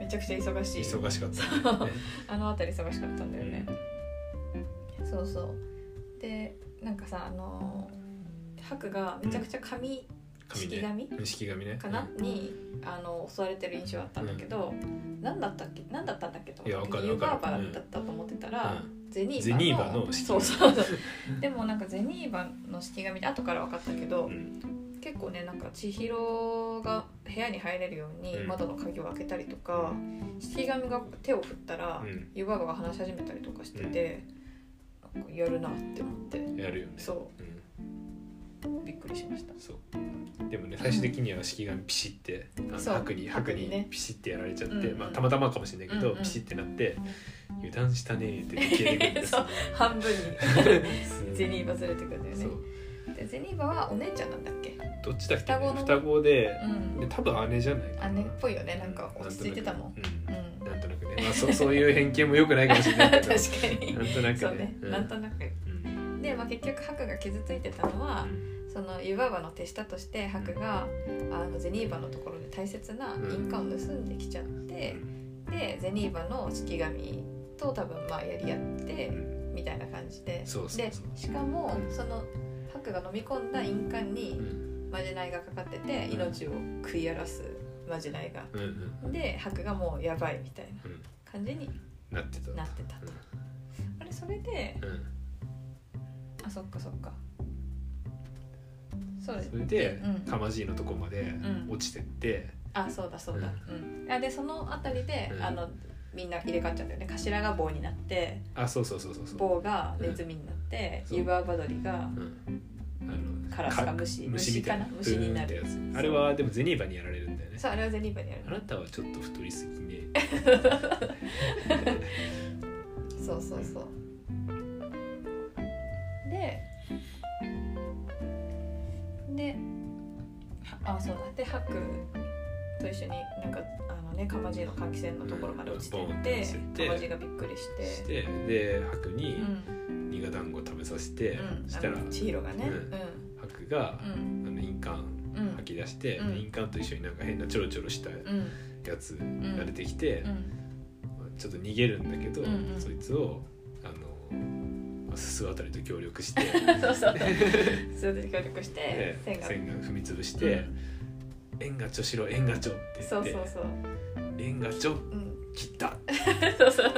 めちゃくちゃ忙しい忙しかったね、あの辺り忙しかったんだよね。ねそうそうでなんかさあのーハクがめちゃくちゃ髪紙式ね紙うん式紙ねかな、にあの襲われてる印象だったんだけど、何だったっけ何だったんだっけと思っいやわかてるユーわかるバーバーだったと思ってたうら、んゼニーバのゼニーバの式そうそうそうでもなんかゼニーバの式紙で後から分かったけど、うん結構ねなんか千尋が部屋に入れるようにうん窓の鍵を開けたりとか、式紙が手を振ったら、うん湯婆婆が話し始めたりとかしてて、なんかやるなって思ってやるよねそうんうびっくりしましたそうでもね最終的には式紙ピシってあのそう白に白白ににねピシってやられちゃって、うんうんまあ、たまたまかもしれないけど、うんうんピシってなって「油断したね」って消えてくるん <laughs> ですよ半分 <laughs> にゼニーバずれてくるんだよそうねでゼニーバはお姉ちゃんなんだっけどっちだっけ、ね、双子の双子でうんで多分姉じゃないかな姉っぽいよねなんか落ち着いてたもんうんうんなんとなくね、まあ、そそういう偏見もよくないかもしれないけ <laughs> 確どかになんとなくねそうね、うんなんとなくうんで、まあ、結局ハクが傷ついてたのはその湯婆婆の手下としてハクがあのゼニーバのところで大切な印鑑を盗んできちゃって、でゼニーバの式紙と多分まあやり合って、うんみたいな感じでそうそうそうでしかもうんそのハクが飲み込んだ印鑑にうんまじないがかかっててうん命を食い荒らすまじないがうんうんでハクがもうやばいみたいなうん感じになってたなってたとあれそれでうんあそっかそっかそうですそれで、うんかまじいのとこまでん落ちてって、あそうだそうだうん、あでその辺りで、うんあのみんな入れ替わっちゃうんだよね頭が棒になってあそうそうそうそうそう棒がネズミになって、うん湯婆婆鳥がうんカラスか虫虫かな虫になるうんってやつあれはでもゼニーバにやられるんだよねそうあれはゼニーバにやるあなたはちょっと太りすぎねそうそうそうでではあそうだでハクと一緒になんかあのねかまじの換気扇のところまで落ちていうんボンって落ちっててかまじがびっくりししててで白うにんニガ団子食べさせて、うんしあたらの千尋がねうん白がう、んあの印鑑うん吐き出して、うん印鑑と一緒になんか変なちょろちょろしたうんうんやつんが出てきて、うんちょっと逃げるんだけど、うんうんそいつをあのすすあたりと協力 <laughs> してそうそう <laughs> それで協力してで線が線が踏み潰して「縁がちょしろ縁がちょ」って言ってそうそうそう縁がちょ <laughs> うん切った、そうそう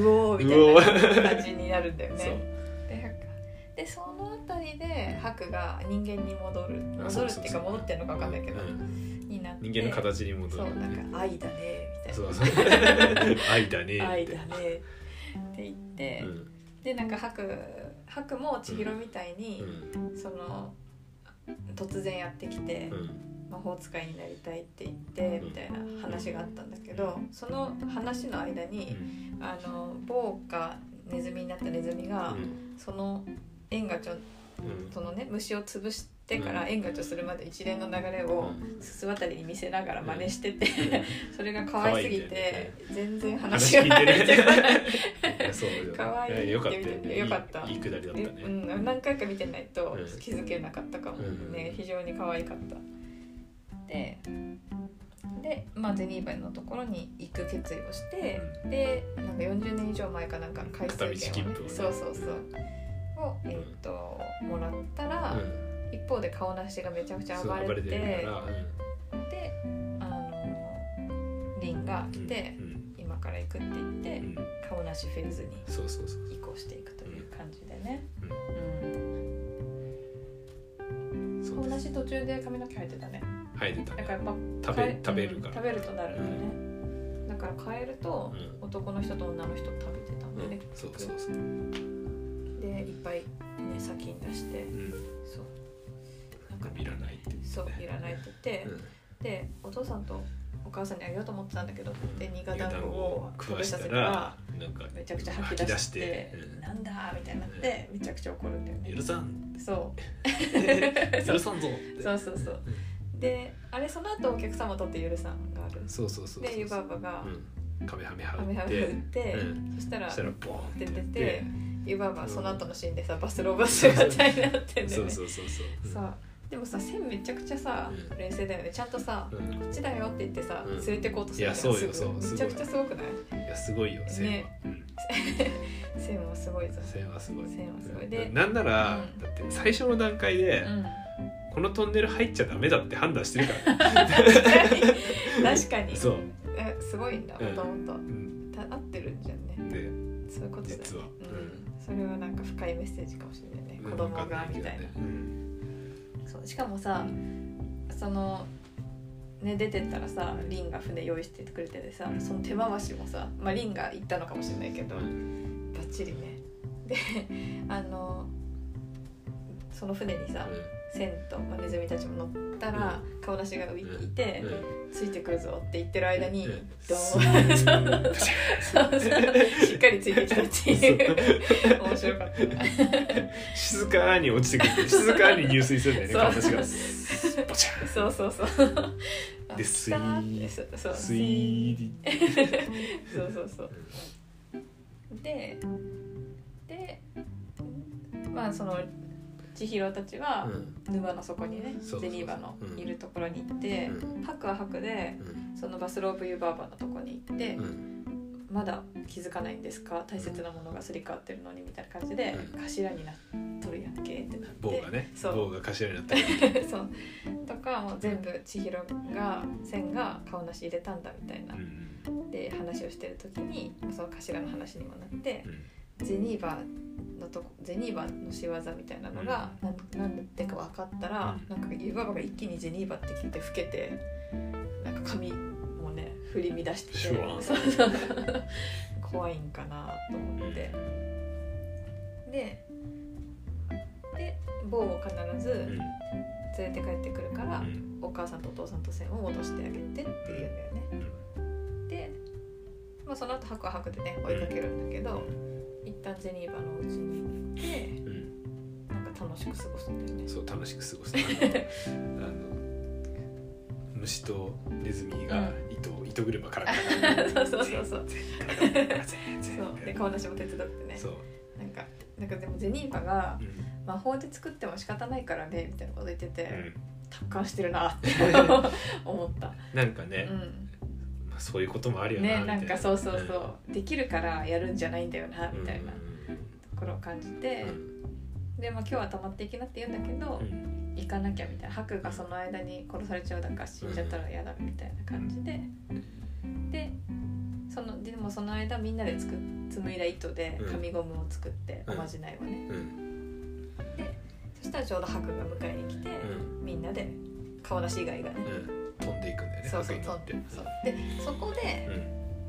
うおーうおみたいな感じになるんだよそうねでなんかでその辺りでハクが人間に戻るあ戻そうるってそうそういうか戻ってるのか分かんないけど、うんになって人間の形に戻そうるなんか愛だねみたいそう <laughs> そう愛だねってな愛だねって言って、うんでなんかハクハクも千尋みたいにう、んその突然やってきて、うん魔法使いになりたいって言って、うんみたいな話があったんだけどその話の間に、あの某かネズミになったネズミが、うんその縁がちょうんそのね虫を潰してからうん縁がちょするまで一連の流れをうんすす渡りに見せながら真似してて、 <laughs> それが可愛すぎて、可愛いんだ全然話話が聞い入てってこないねいやそうよ可愛いやよかったよねよかったいいいくだりだった <laughs> うねん、何回か見てないとうん気づけなかったかもね、うん非常に可愛かったでで、まあ、ゼニーバのところに行く決意をして、でなんか40年以上前かなんかの回数券を片道ね切符をねそうそうそうを、えーっともらったら、うん一方で顔なしがめちゃくちゃそう暴れてるからであのリンが来て、うんうん今から行くって言って、うん顔なしフェーズにそうそうそう移行していくという感じでね、うんうんそう顔な私途中で髪の毛生えてたね生えてただねからやっぱ食べ変え食べるかうらん食べるとなるよね、だから変えると男の人と女の人食べてたうんん、うで、ん、そうそうそう、でいっぱいね砂金出してうん、そうなんかいらないってそういらないって言って、うんでお父さんとお母さんにあげようと思ってたんだけど、でうんニガ団子を食食わべしさたせたららなんかめちゃくちゃ吐き出して吐き出してなんだみたいになってめちゃくちゃ怒るんだようんね許さんそう <laughs> そ許うさんぞってそうそうそうであれその後お客様とって許さんがあるそうそうそうそうで湯婆婆がうんカメハメハハメハっメて打ってうんそしたらそしたらボーンって出出ててて湯婆婆はその後のシーンでさバスローバス型になってんだそようねそうそうそうさでもさ線めちゃくちゃさうん冷静だよねちゃんとさうんうんこっちだよって言ってさ、うん連れてこうとするいやそうよすぐそうすごいめちゃくちゃすごくないいやすごいよ線はねうん線はすごいぞ線はすごい線はすごいうんでなんならうんだって最初の段階でうん <laughs> このトンネル入っちゃダメだって判断してるからね <laughs> 確かにそうえすごいんだうんもともとうんた合ってるんじゃんねでそういうことだよね実はううんん、それはなんか深いメッセージかもしれないね子供わかんがけみどたいなねうんそうしかもさそのね出てったらさリンが船用意してくれててさその手回しもさ、まあ、リンが行ったのかもしれないけどバッチリねであのその船にさ千と、まあ、ネズミたちも乗ったら顔なしが浮いていてうんうんついてくるぞって言ってる間にうんドそーン <laughs> うそうそうしっかりついてきたっていう面白かったな静かに落ちてくる静かに入水するんだよねそう形がスッポチャンそうそうそうあで来たーってスそうそうスイーデそうそうそうででまあその千尋たちはィ沼の底にねそうそうそうゼニーバのうんいるところに行ってうん白は白でそのバスローブユーバーバーのとこに行ってうんうんまだ気づかないんですか大切なものがすり替わってるのにみたいな感じでう頭になっとるやんけってなっ棒てがねそう棒が頭になったりそうとかもう全部千尋が千が顔なし入れたんだみたいなうんで話をしてる時にその頭の話にもなってうんゼニーバのとこゼニーバの仕業みたいなのがなんなんでか分かったら、なんか湯婆婆が一気にゼニーバって聞いて老けてなんか髪もね振り乱しててシュワーンそうそう怖いんかなと思ってででボウを必うずん連れて帰ってくるから、うんお母さんとお父さんと線を戻してあげてっていうんだよね。うんで、まあ、その後ハクハクでね追いかけるんだけど、一旦ゼニーバのお家に行って。うんなんか楽しく過ごすんだよね。そう楽しく過ごすあのあの虫とネズミが糸を糸車からそうそうそうそう。そうで全顔出しも手伝ってね。そうなんかなんかでもゼニーバがうん魔法で作っても仕方ないからねみたいなこと言ってて、うん達観してるな <laughs> って思った。なんかうねん。まあそういうこともあるよなみねたいなんかそうそうそう、できるからやるんじゃないんだよなうんみたいなところを感じうて、んでまあ今日は溜まっていきなって言うんだけど、うん行かなきゃみたいな白がその間に殺されちゃうだから死んじゃったら嫌だみたいな感じで、でそのでもその間みんなで作っ紡いだ糸でうん紙ゴムを作って、うんおまじないをねうんそしたらちょうど白が迎えに来て、うんみんなで顔出し以外がね、うん飛んでいくんだよねそうそう白衣そうってそうでそこでうん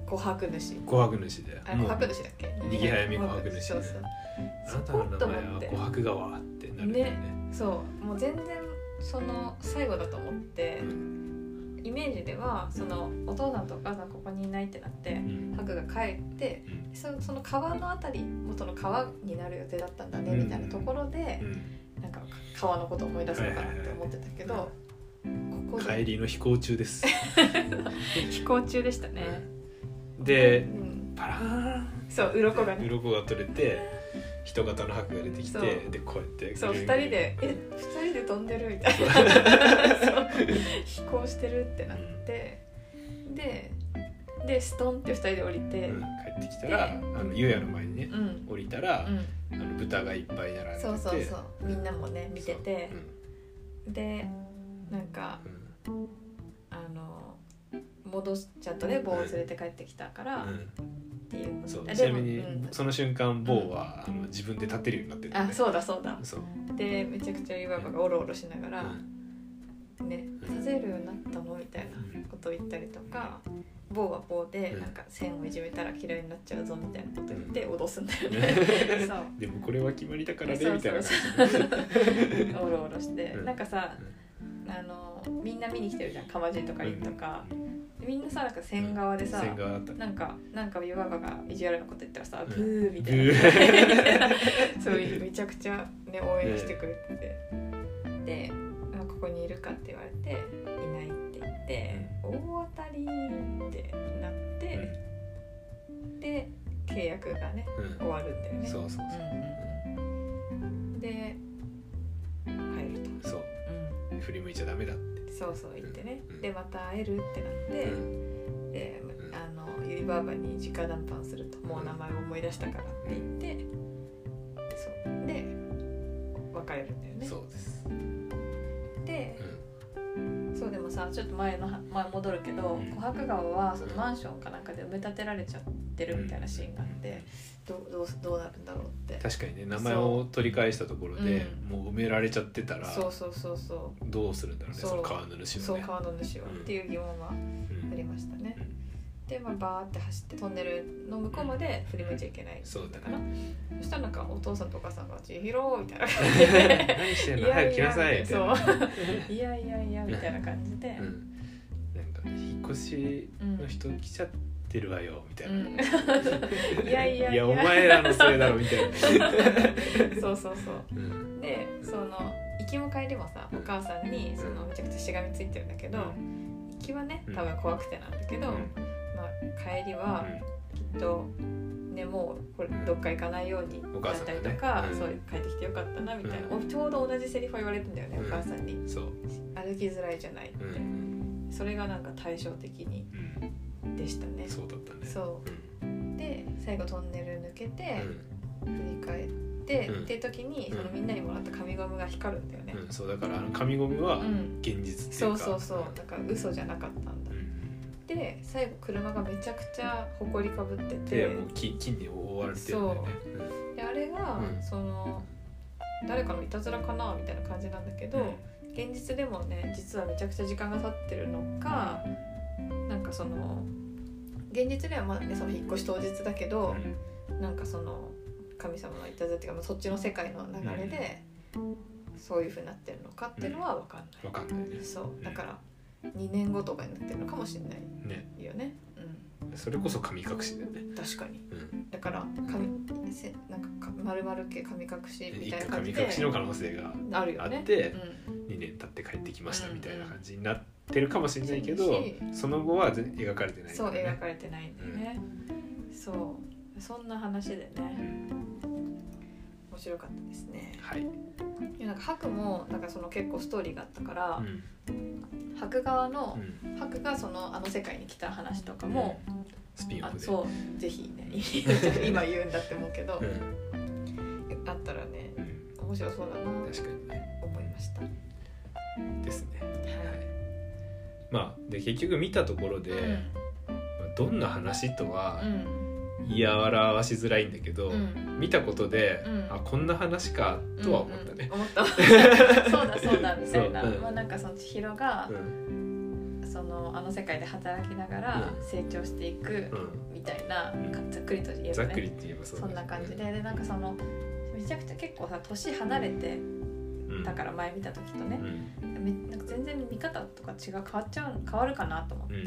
琥珀主琥珀主であ琥珀主だっけ逃げ早め琥珀主そうそうあなたの名前はそこと琥思っ珀川ってなるんだよねそうもう全然その最後だと思ってう、んイメージではそのお父さんとお母さんここにいないってなって、うんハグが帰ってうんそその川のあたり元の川になる予定だったんだねうんみたいなところでう、なんかか川のことを思い出すのかなって思ってたけど、はいはここん帰でりの飛行中です飛行中でしたね、うでん、パラーンそう鱗がね鱗が取れて人型の白が出てきそてうでこうやってそうぐるぐる2人で「え二人で飛んでる?」みたいな <laughs> そう飛行してるってなってででストンって2人で降りてうん帰ってきたらあのゆうやの前にねうん、降りたらうんあの豚がいっぱい並んでてそうそうそうみんなもね見ててそう、でなんかうんうんあの戻しちゃったね棒を連れて帰ってきたからうっんていうのでそうでちなみに、うんその瞬間ボーは、あの自分で立てるようになってるんだよあねそうだそうだそうでめちゃくちゃ湯婆婆がおろおろしながらうんね立てるようになったのみたいなことを言ったりとか棒は棒でなんか線をいじめたら嫌いになっちゃうぞみたいなこと言って脅すんだよね。そうでもこれは決まりだからねそうみたいな感そうそうおろおろしてうんなんかさあのみんな見に来てるじゃんかまじとかじりとかみんなさなんか線側でさ線側だったなんかなんかヨガバが意地悪なこと言ったらさブーみたブいな <laughs> そういうめちゃくちゃね応援してくれててで「あここにいるか?」って言われて「いない」って言って「大当たり」ってなってで契約がねうんうん終わるんだよね。そうそうそうで入ると、うんそう振り向いちゃダメだってそうそう言ってね、うんでまた会えるってなって、うんでんあのゆりばあばに直談判すると「もう名前を思い出したから」って言って、そうで別れるんだよねそうですでうそうでもさちょっと前のは前戻るけどうん琥珀川はそのうんマンションかなんかで埋め立てられちゃってるみたいなシーンがあってどうどうどうなるんだろうってん確かにね名前を取り返したところでうんもう埋められちゃってたらそうそうそうそどうするんだろうねそうその川のう主そはうね川の主はうんっていう疑問はあうんりましたねうんでまあバーって走ってトンネルの向こうまで振り向いちゃいけないそうだかな <laughs> ねそしたらなんかお父さんとお母さんが「千尋」みたいな <laughs> 何してんのいや早いやく来なさいみたいな「いやいやいや」みたいな感じで <laughs> う、んなんか引っ越しの人来ちゃってるわよみたいな、うんいやいやいやお前らのせいだろみたい <laughs> な、そうそうそううん、でその行きも帰りもさお母さんにそのめちゃくちゃしがみついてるんだけど行きはね多分怖くてなんだけど、まあ、帰りはきっと、ね、もうこれどっか行かないようにおだ母っさんたがりねとか、うんそう帰ってきてよかったなみたいな、うちょうど同じセリフを言われてんだよね、うんお母さんにうんそう、歩きづらいじゃないって、うんそれがなんか対照的にうん、でしたねそうだったねそうで最後トンネル抜けうんて、振り返って、うんっていう時に、うんそのみんなにもらった紙ゴムが光るんだよねうんうん、そうだからあの紙ゴムはうん、現実っていそううか、そうそうだから嘘じゃなかったんだうん、で最後車がめちゃくちゃ埃かぶってでてもう金金に覆われてるんだよねであれが、うんその誰かのいたずらかなみたいな感じなんだけど、現実でもね実はめちゃくちゃ時間が経ってるのかなんかその現実ではまだねその引っ越し当日だけど、なんかその神様のいたずらっていうか、まあ、そっちの世界の流れで、そういうふうになってるのかっていうのは分かんない、分かんないねそうだから2年後とかになってるのかもしれないねよね、それこそ神隠しだよね、うん、確かにうん、だから神せなんかか丸々系神隠しみ一たいな回神感じ隠でしの可能性があるよねあってうん2年経って帰ってきましたうんみたいな感じになってるかもしれないけど、しその後は全描かれてないそうから描ねかれてないんだよね、そうそんな話でうねん面白かったですねはい、いやなんか白もなんかその結構ストーリーがあったからう、ん白側うの、ん白がそのあの世界に来た話とかも、スピンオあフでそうぜひ <laughs> ねちょっと今言うんだって思うけど、んあったらねうん、面白そうだなと確かにね思いました、はい、ですねはいまあで結局見たところで、まあどんな話とはうん言い表しづらいんだけど、うん見たことで、うんあこんな話かとは思ったうねん、思った <laughs> そうだそうだみたいな、そううんまあなんかその千尋がう、んそのあの世界で働きながらうん成長していくうんみたいな、うんざっくりと言えざばっくりねって言えばそうだそんねな感じででなんかそのめちゃくちゃ結構さ年離れてうんだから前見た時とうね、んめなんか全然見方とか違う変わっちゃう変わるかなと思って、うん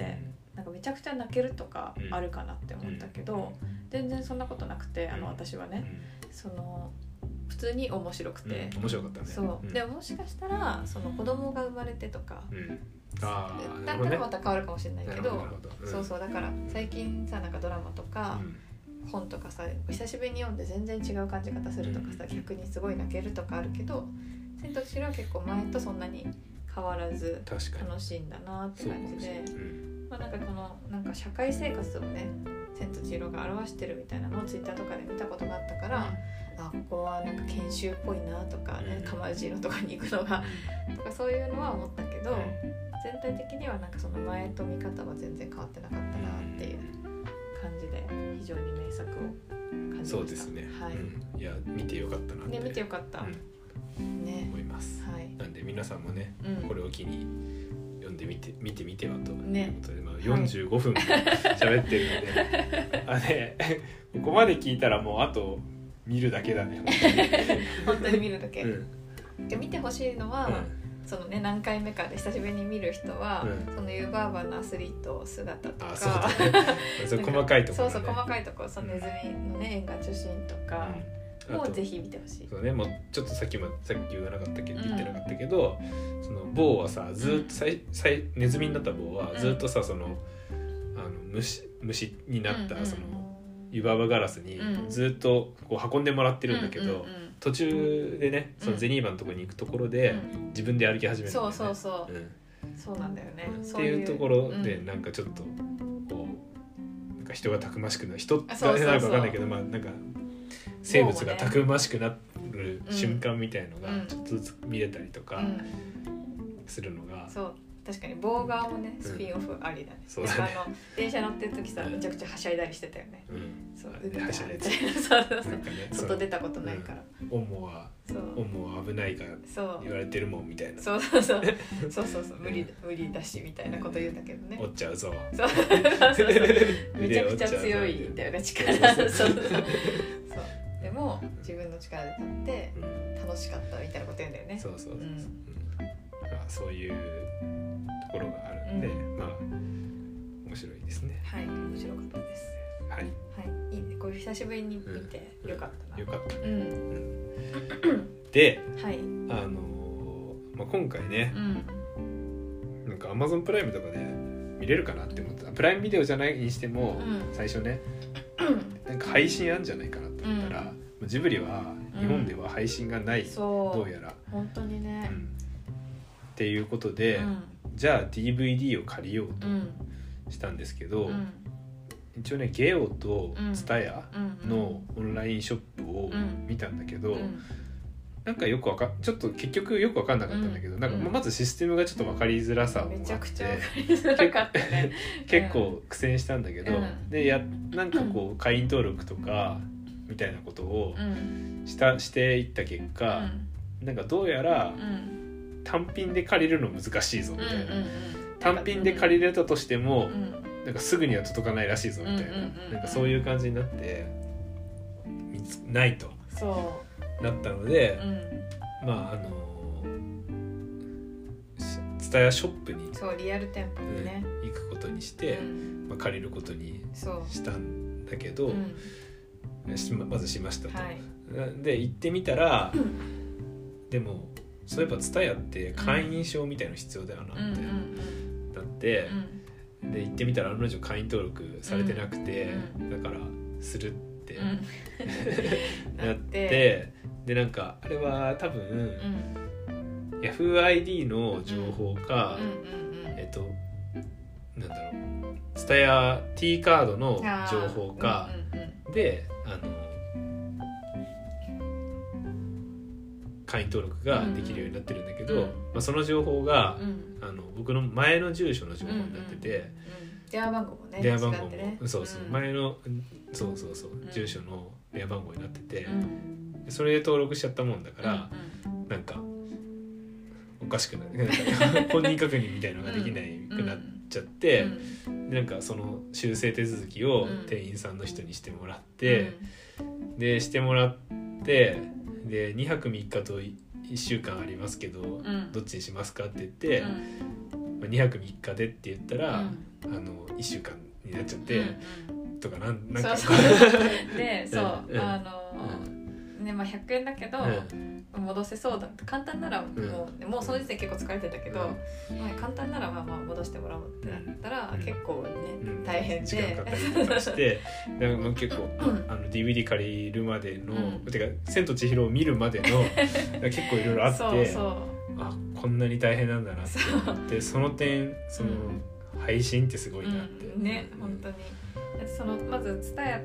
なんかめちゃくちゃ泣けるとかあるかなって思ったけど、全然そんなことなくてあうのん私はうね、んその普通に面白くて。うん面白かったねそう、んでももしかしたらその子供が生まれてとか、うんああなるほどだったねらまた変わるかもしれないけなどるほどなるほどそうそうだから最近さなんかドラマとかうん本とかさ久しぶりに読んで全然違う感じ方するとかさうん逆にすごい泣けるとかあるけど「千と千尋」は結構前とそんなに変わらず確かに楽しいんだなって感そうかじでもしれない、うんまあ、なんかこのなんか社会生活をね千と千尋が表してるみたいなのをツイッターとかで見たことがあったから、あここはなんか研修っぽいなとかねうん釜爺のとかに行くのがとかそういうのは思ったけど。全体的にはなんかその前と見方は全然変わってなかったなっていう感じで非常に名作を感じましたそうですね、はい、うんいや見てよかったなってね見てよかった、うんね思いますはいあなんで皆さんもねうんこれを機に読んでみて見てみてはといねうことで、まあ、45分も喋ってるので、 <laughs> あねここまで聞いたらもうあと見るだけだね本本当に見るだ当け、にうんで見てほしいのは、うんそのね何回目かで久しぶりに見る人は、うんそのユーバーバーのアスリート姿とあかそうだねそうなんか細かいところ、ね、そうそう細かいところそのネズミのね縁が中心とかうんあもとぜひ見てほしいそうね、もうちょっとさっきもさっき言わなかったっけど言ってなかったけど、その棒はさずっとさいさいネズミになった棒はうんずっとさそのあの虫虫になった、うんうんその湯婆婆ガラスにうんずっとこう運んでもらってるんだけど、うんうん途中でねそのゼニーバのとこに行くところで、うん自分で歩き始めるんだよそねうそうそう、うんそうなんだよね、っそてういうところでうんなんかちょっとこうなんか人がたくましくなる人ってあそうそうそうなるか分かんないけどまあなんか生物がたくましくなるうん瞬間みたいのうがんちょっとずつ見れたりとかうんするのが、そう確かに棒側もねスピンオフありだね,、そうだねあの電車乗ってる時さうんめちゃくちゃはしゃいだりしてたよねうんそうあねはしゃいだりそうそうそなんうかねそ外の出たことないから、オモはそうオモは危ないからそう言われてるもんみたいな <laughs> そうそうそうそうそうそう無理無理だしみたいなこと言うんだけどね折っちゃうぞそう <laughs> そうそう <laughs> そうめちゃく腕折ちゃっ強いぞんだよねそ力そううそそううそうそうでも自分の力で立ってうん楽しかったみたいなこと言うんだよねそうそうそうそう、うんうんまあ、そういうところがあるんで、まあ面白いですねはい面白かったですはいはいいいねこれ久しぶりに見て、うんよかったなよかった、うんうんではあいのーまあ、今回ねうんなんか Amazon プライムとかで見れるかなって思ってたプライムビデオじゃないにしても、うん最初ねなんか配信あるんじゃないかなと思ったら、うんもうジブリは日本では配信がない、そうどうやら、本当にうねんっていうことで、うんじゃあ DVD を借りよううとんしたんですけど、うん一応ねゲオとうんツタヤうんのオンラインショップをうん見たんだけど、うんなんかよくわかんちょっと結局よくわかんなかったんだけど、うんなんかまあまずシステムがちょっとわかりづらさもあってめちゃくちゃ分かりづらかった <laughs> ね結構苦戦したんだけど、うんでやなんかこう会員登録とかみたいなことをうんしたしていった結う果、んなんかどうやらうん単品で借りるの難しいぞみたいな、うんうん単品で借りれたとしても、うんなんかすぐには届かないらしいぞみたいな,、うんうんうんうんなんかそういう感じになって見つないとそなったのでう、うんまああの蔦屋ショップに、そうリアル店舗うんにね行くことにしうて、んまあ、借りることにそうしたんだけど、うんしままずしましたと。はいなで行ってみたら、でもそういえば蔦屋って会員証みたいの必要だよなうっんうてんなってう、んで行ってみたら案の定会員登録されてなくて、うだからするって。 <laughs> うんなってでなんかあれは多う分、ん YahooID の情報か、うんうんうんえっとなんだろう TSUTAYAT カードのあー情報かうんうんであの会員登録ができるようになってるんだけど、うんうんまあ、その情報が、うんうんあの僕の前の住所の情報になってて。うん電話番号もね電話番号違っも、てねそうそう、ん前のうんそうそうそう、ん住所の電話番号になっててう、んそれで登録しちゃったもんだから、うんなんかおかしくなるなんか本人確認みたいのができなくなっちゃって、うんでなんかその修正手続きをうん店員さんの人にしてもらって、でしてもらってで2泊3日と1週間ありますけど、んどっちにしますかって言っうて、んまあ、2泊3日でって言ったら、うんあの1週間になっちゃって、うんとかなんうんなんか <laughs> そうそうでそううんあのねまあ100円だけど戻せそうだ簡単ならもう、もうその時点結構疲れてたけど、まあ、簡単ならまあまあ戻してもらおうってなったら、うん結構ね、うん大変で時間かかったりとかして <laughs> でも結構うんあの DVD 借りるまでの、うんてか「千と千尋」を見るまでの <laughs> 結構いろいろあってそうそあこんなに大変なんだなっうてそうでその点その、配信ってすごいなって、うんねうん本当にだってそのまず蔦屋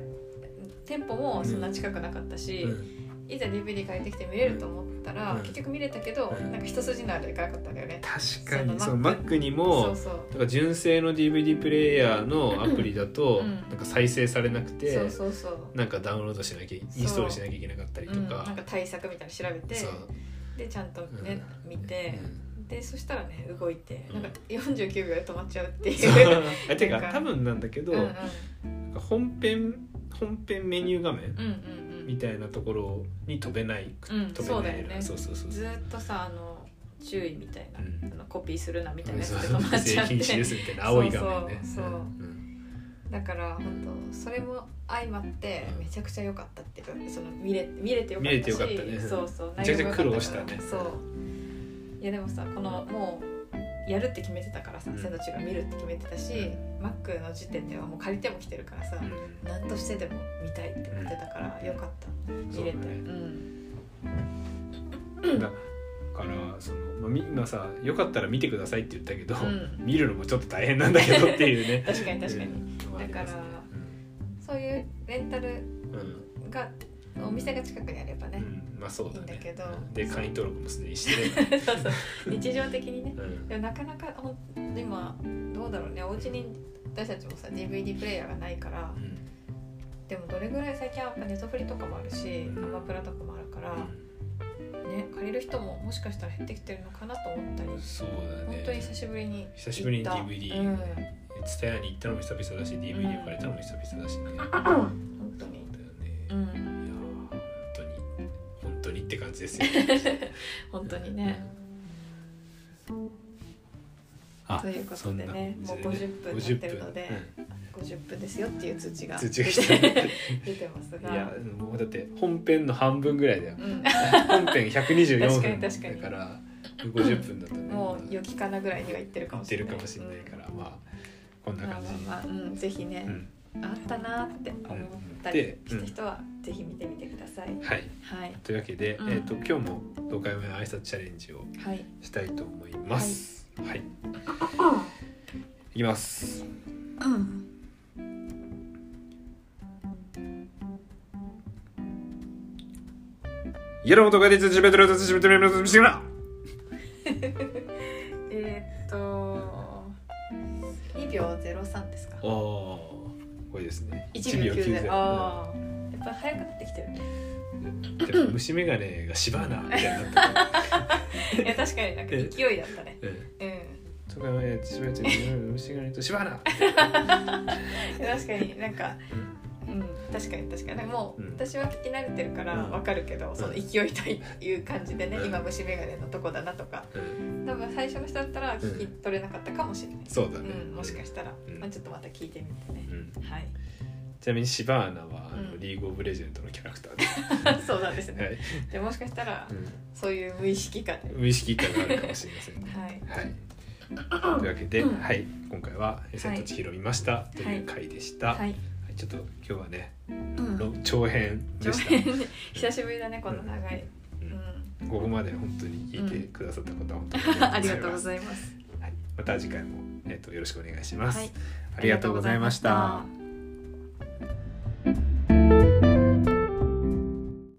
店舗もそんな近くなかったし、うんいざ DVD 借りてきて見れると思ったら、うん結局見れたけど、うんなんか一筋縄でいかなかったんだよね、確かにそそうのママッックにそもうそうだから純正の DVD プレイヤーのアプリだと、うんなんか再生されなくてそうそうそうなんかダウンロードしなきゃインストールしなきゃいけなかったりうとん、なかんか対策みたいなの調べてそうでちゃんとね、見て、でそしたらね動いて、うんなんか49秒で止まっちゃうってそういう <laughs> えてなかんか多分なんだけど、うんうんなんか本編本編メニュー画面うんうんみたいなところに飛べないく、うん飛そうべだなよいねそうそうそうずそうーっとさあの注意みたいな、うんあのコピーするなみたいなやつそうでそ止うまっ規ち制ゃっ禁止でてすみたいな青い画面ねそうそうそうんだから本当それも相まってうんめちゃくちゃ良かったっていうかその見れ見れてよかったし見れてよかったねそうそうめちゃくちゃ内苦容が良かっから労したねそういやでもさこのもうやるって決めてたからさうん千と千尋見るって決めてたしマックの時点ではもう借りても来てるからさ、うん何としてでも見たいってなってたからよかったうんそ見うだれてう,、ねんだからその、まあ、み今さよかったら見てくださいって言ったけど、うん見るのもちょっと大変なんだけどっていうね確かに確かにうんのはありますねそういうレンタルうんがお店が近くにあればうね、んまあそうだねいいんだけどうんで会員登録もすでにして、そうそう日常的にねうんでもなかなかほん今どうだろうねお家に私たちもさ DVD プレイヤーがないからうんでもどれぐらい最近はやっぱネットフリとかもあるしアマプラとかもあるから、ね、借りる人ももしかしたら減ってきてるのかなと思ったりうんそうだ本ね当に久しぶりに行った久しぶりにう DVD ん、ツタヤに行ったのも久々だし DVD を借りたのも久々だしね、本当にそうだよね、うんいやー本当に本当にって感じですよ <laughs> 本当にね、あということでそねんなもう感じで50分経ってるので50分50分ですよっていう通知うがん出通て知が来たい出てます <laughs> がやもうだって本編の半分ぐらいだようん本編124確か分に確かにだから50分だとねもう良きかなぐらいには行ってるか合もっしてれるないかもしれないから、まあこんうなんまあ感じまあまあ、うん、ぜひね、うんあったなーって思ったりした人は、ぜひ見てみてください。はいはい、というわけで、うんえー、と今日も「東海目の挨拶チャレンジ」をはい、したいと思います。はい、い、きます。うん、やろうとかでつじめとるとつじめとるとつじめとるえー、っと。2秒03ですか。おおー、これですね。 1秒1 90。あああ、やっぱ早くなってきてる <laughs> ね。虫眼鏡がシバーナみたいになった。いや、確かになんか勢いだったね。うんうん、とかね、つじめとる虫眼鏡とシバーナ。確かになんか。うんうん、確かに確かにもう、うん私は聞き慣れてるからうんわかるけど、その勢いという感じでね、うん今虫眼鏡のとこだなとかうん多分最初の人だったら聞き取れなかったかもしれない、そうだうね。ん、もしかしたら、うんまあ、ちょっとまた聞いてみてねう、んはい <laughs> ちなみにシバーナはあの、うんリーグオブレジェンドのキャラクターです。そうなんですはねい。でもしかしたらうそういう無意識感でん無意識感があるかもしれませんね。ははい。いというわけで、うんはい、今回は「千と千尋見ました」という回でした、はいはい、ちょっと今日はね、うん、長編で上した辺ね久しぶりだねこの長い、ううんん、ここまで本当に聞いてくださったことは本当に <laughs> ありがとうごいざいますます、はい、また次回も、えっとよろしくお願いします、はいありがとうございましたありがとうございました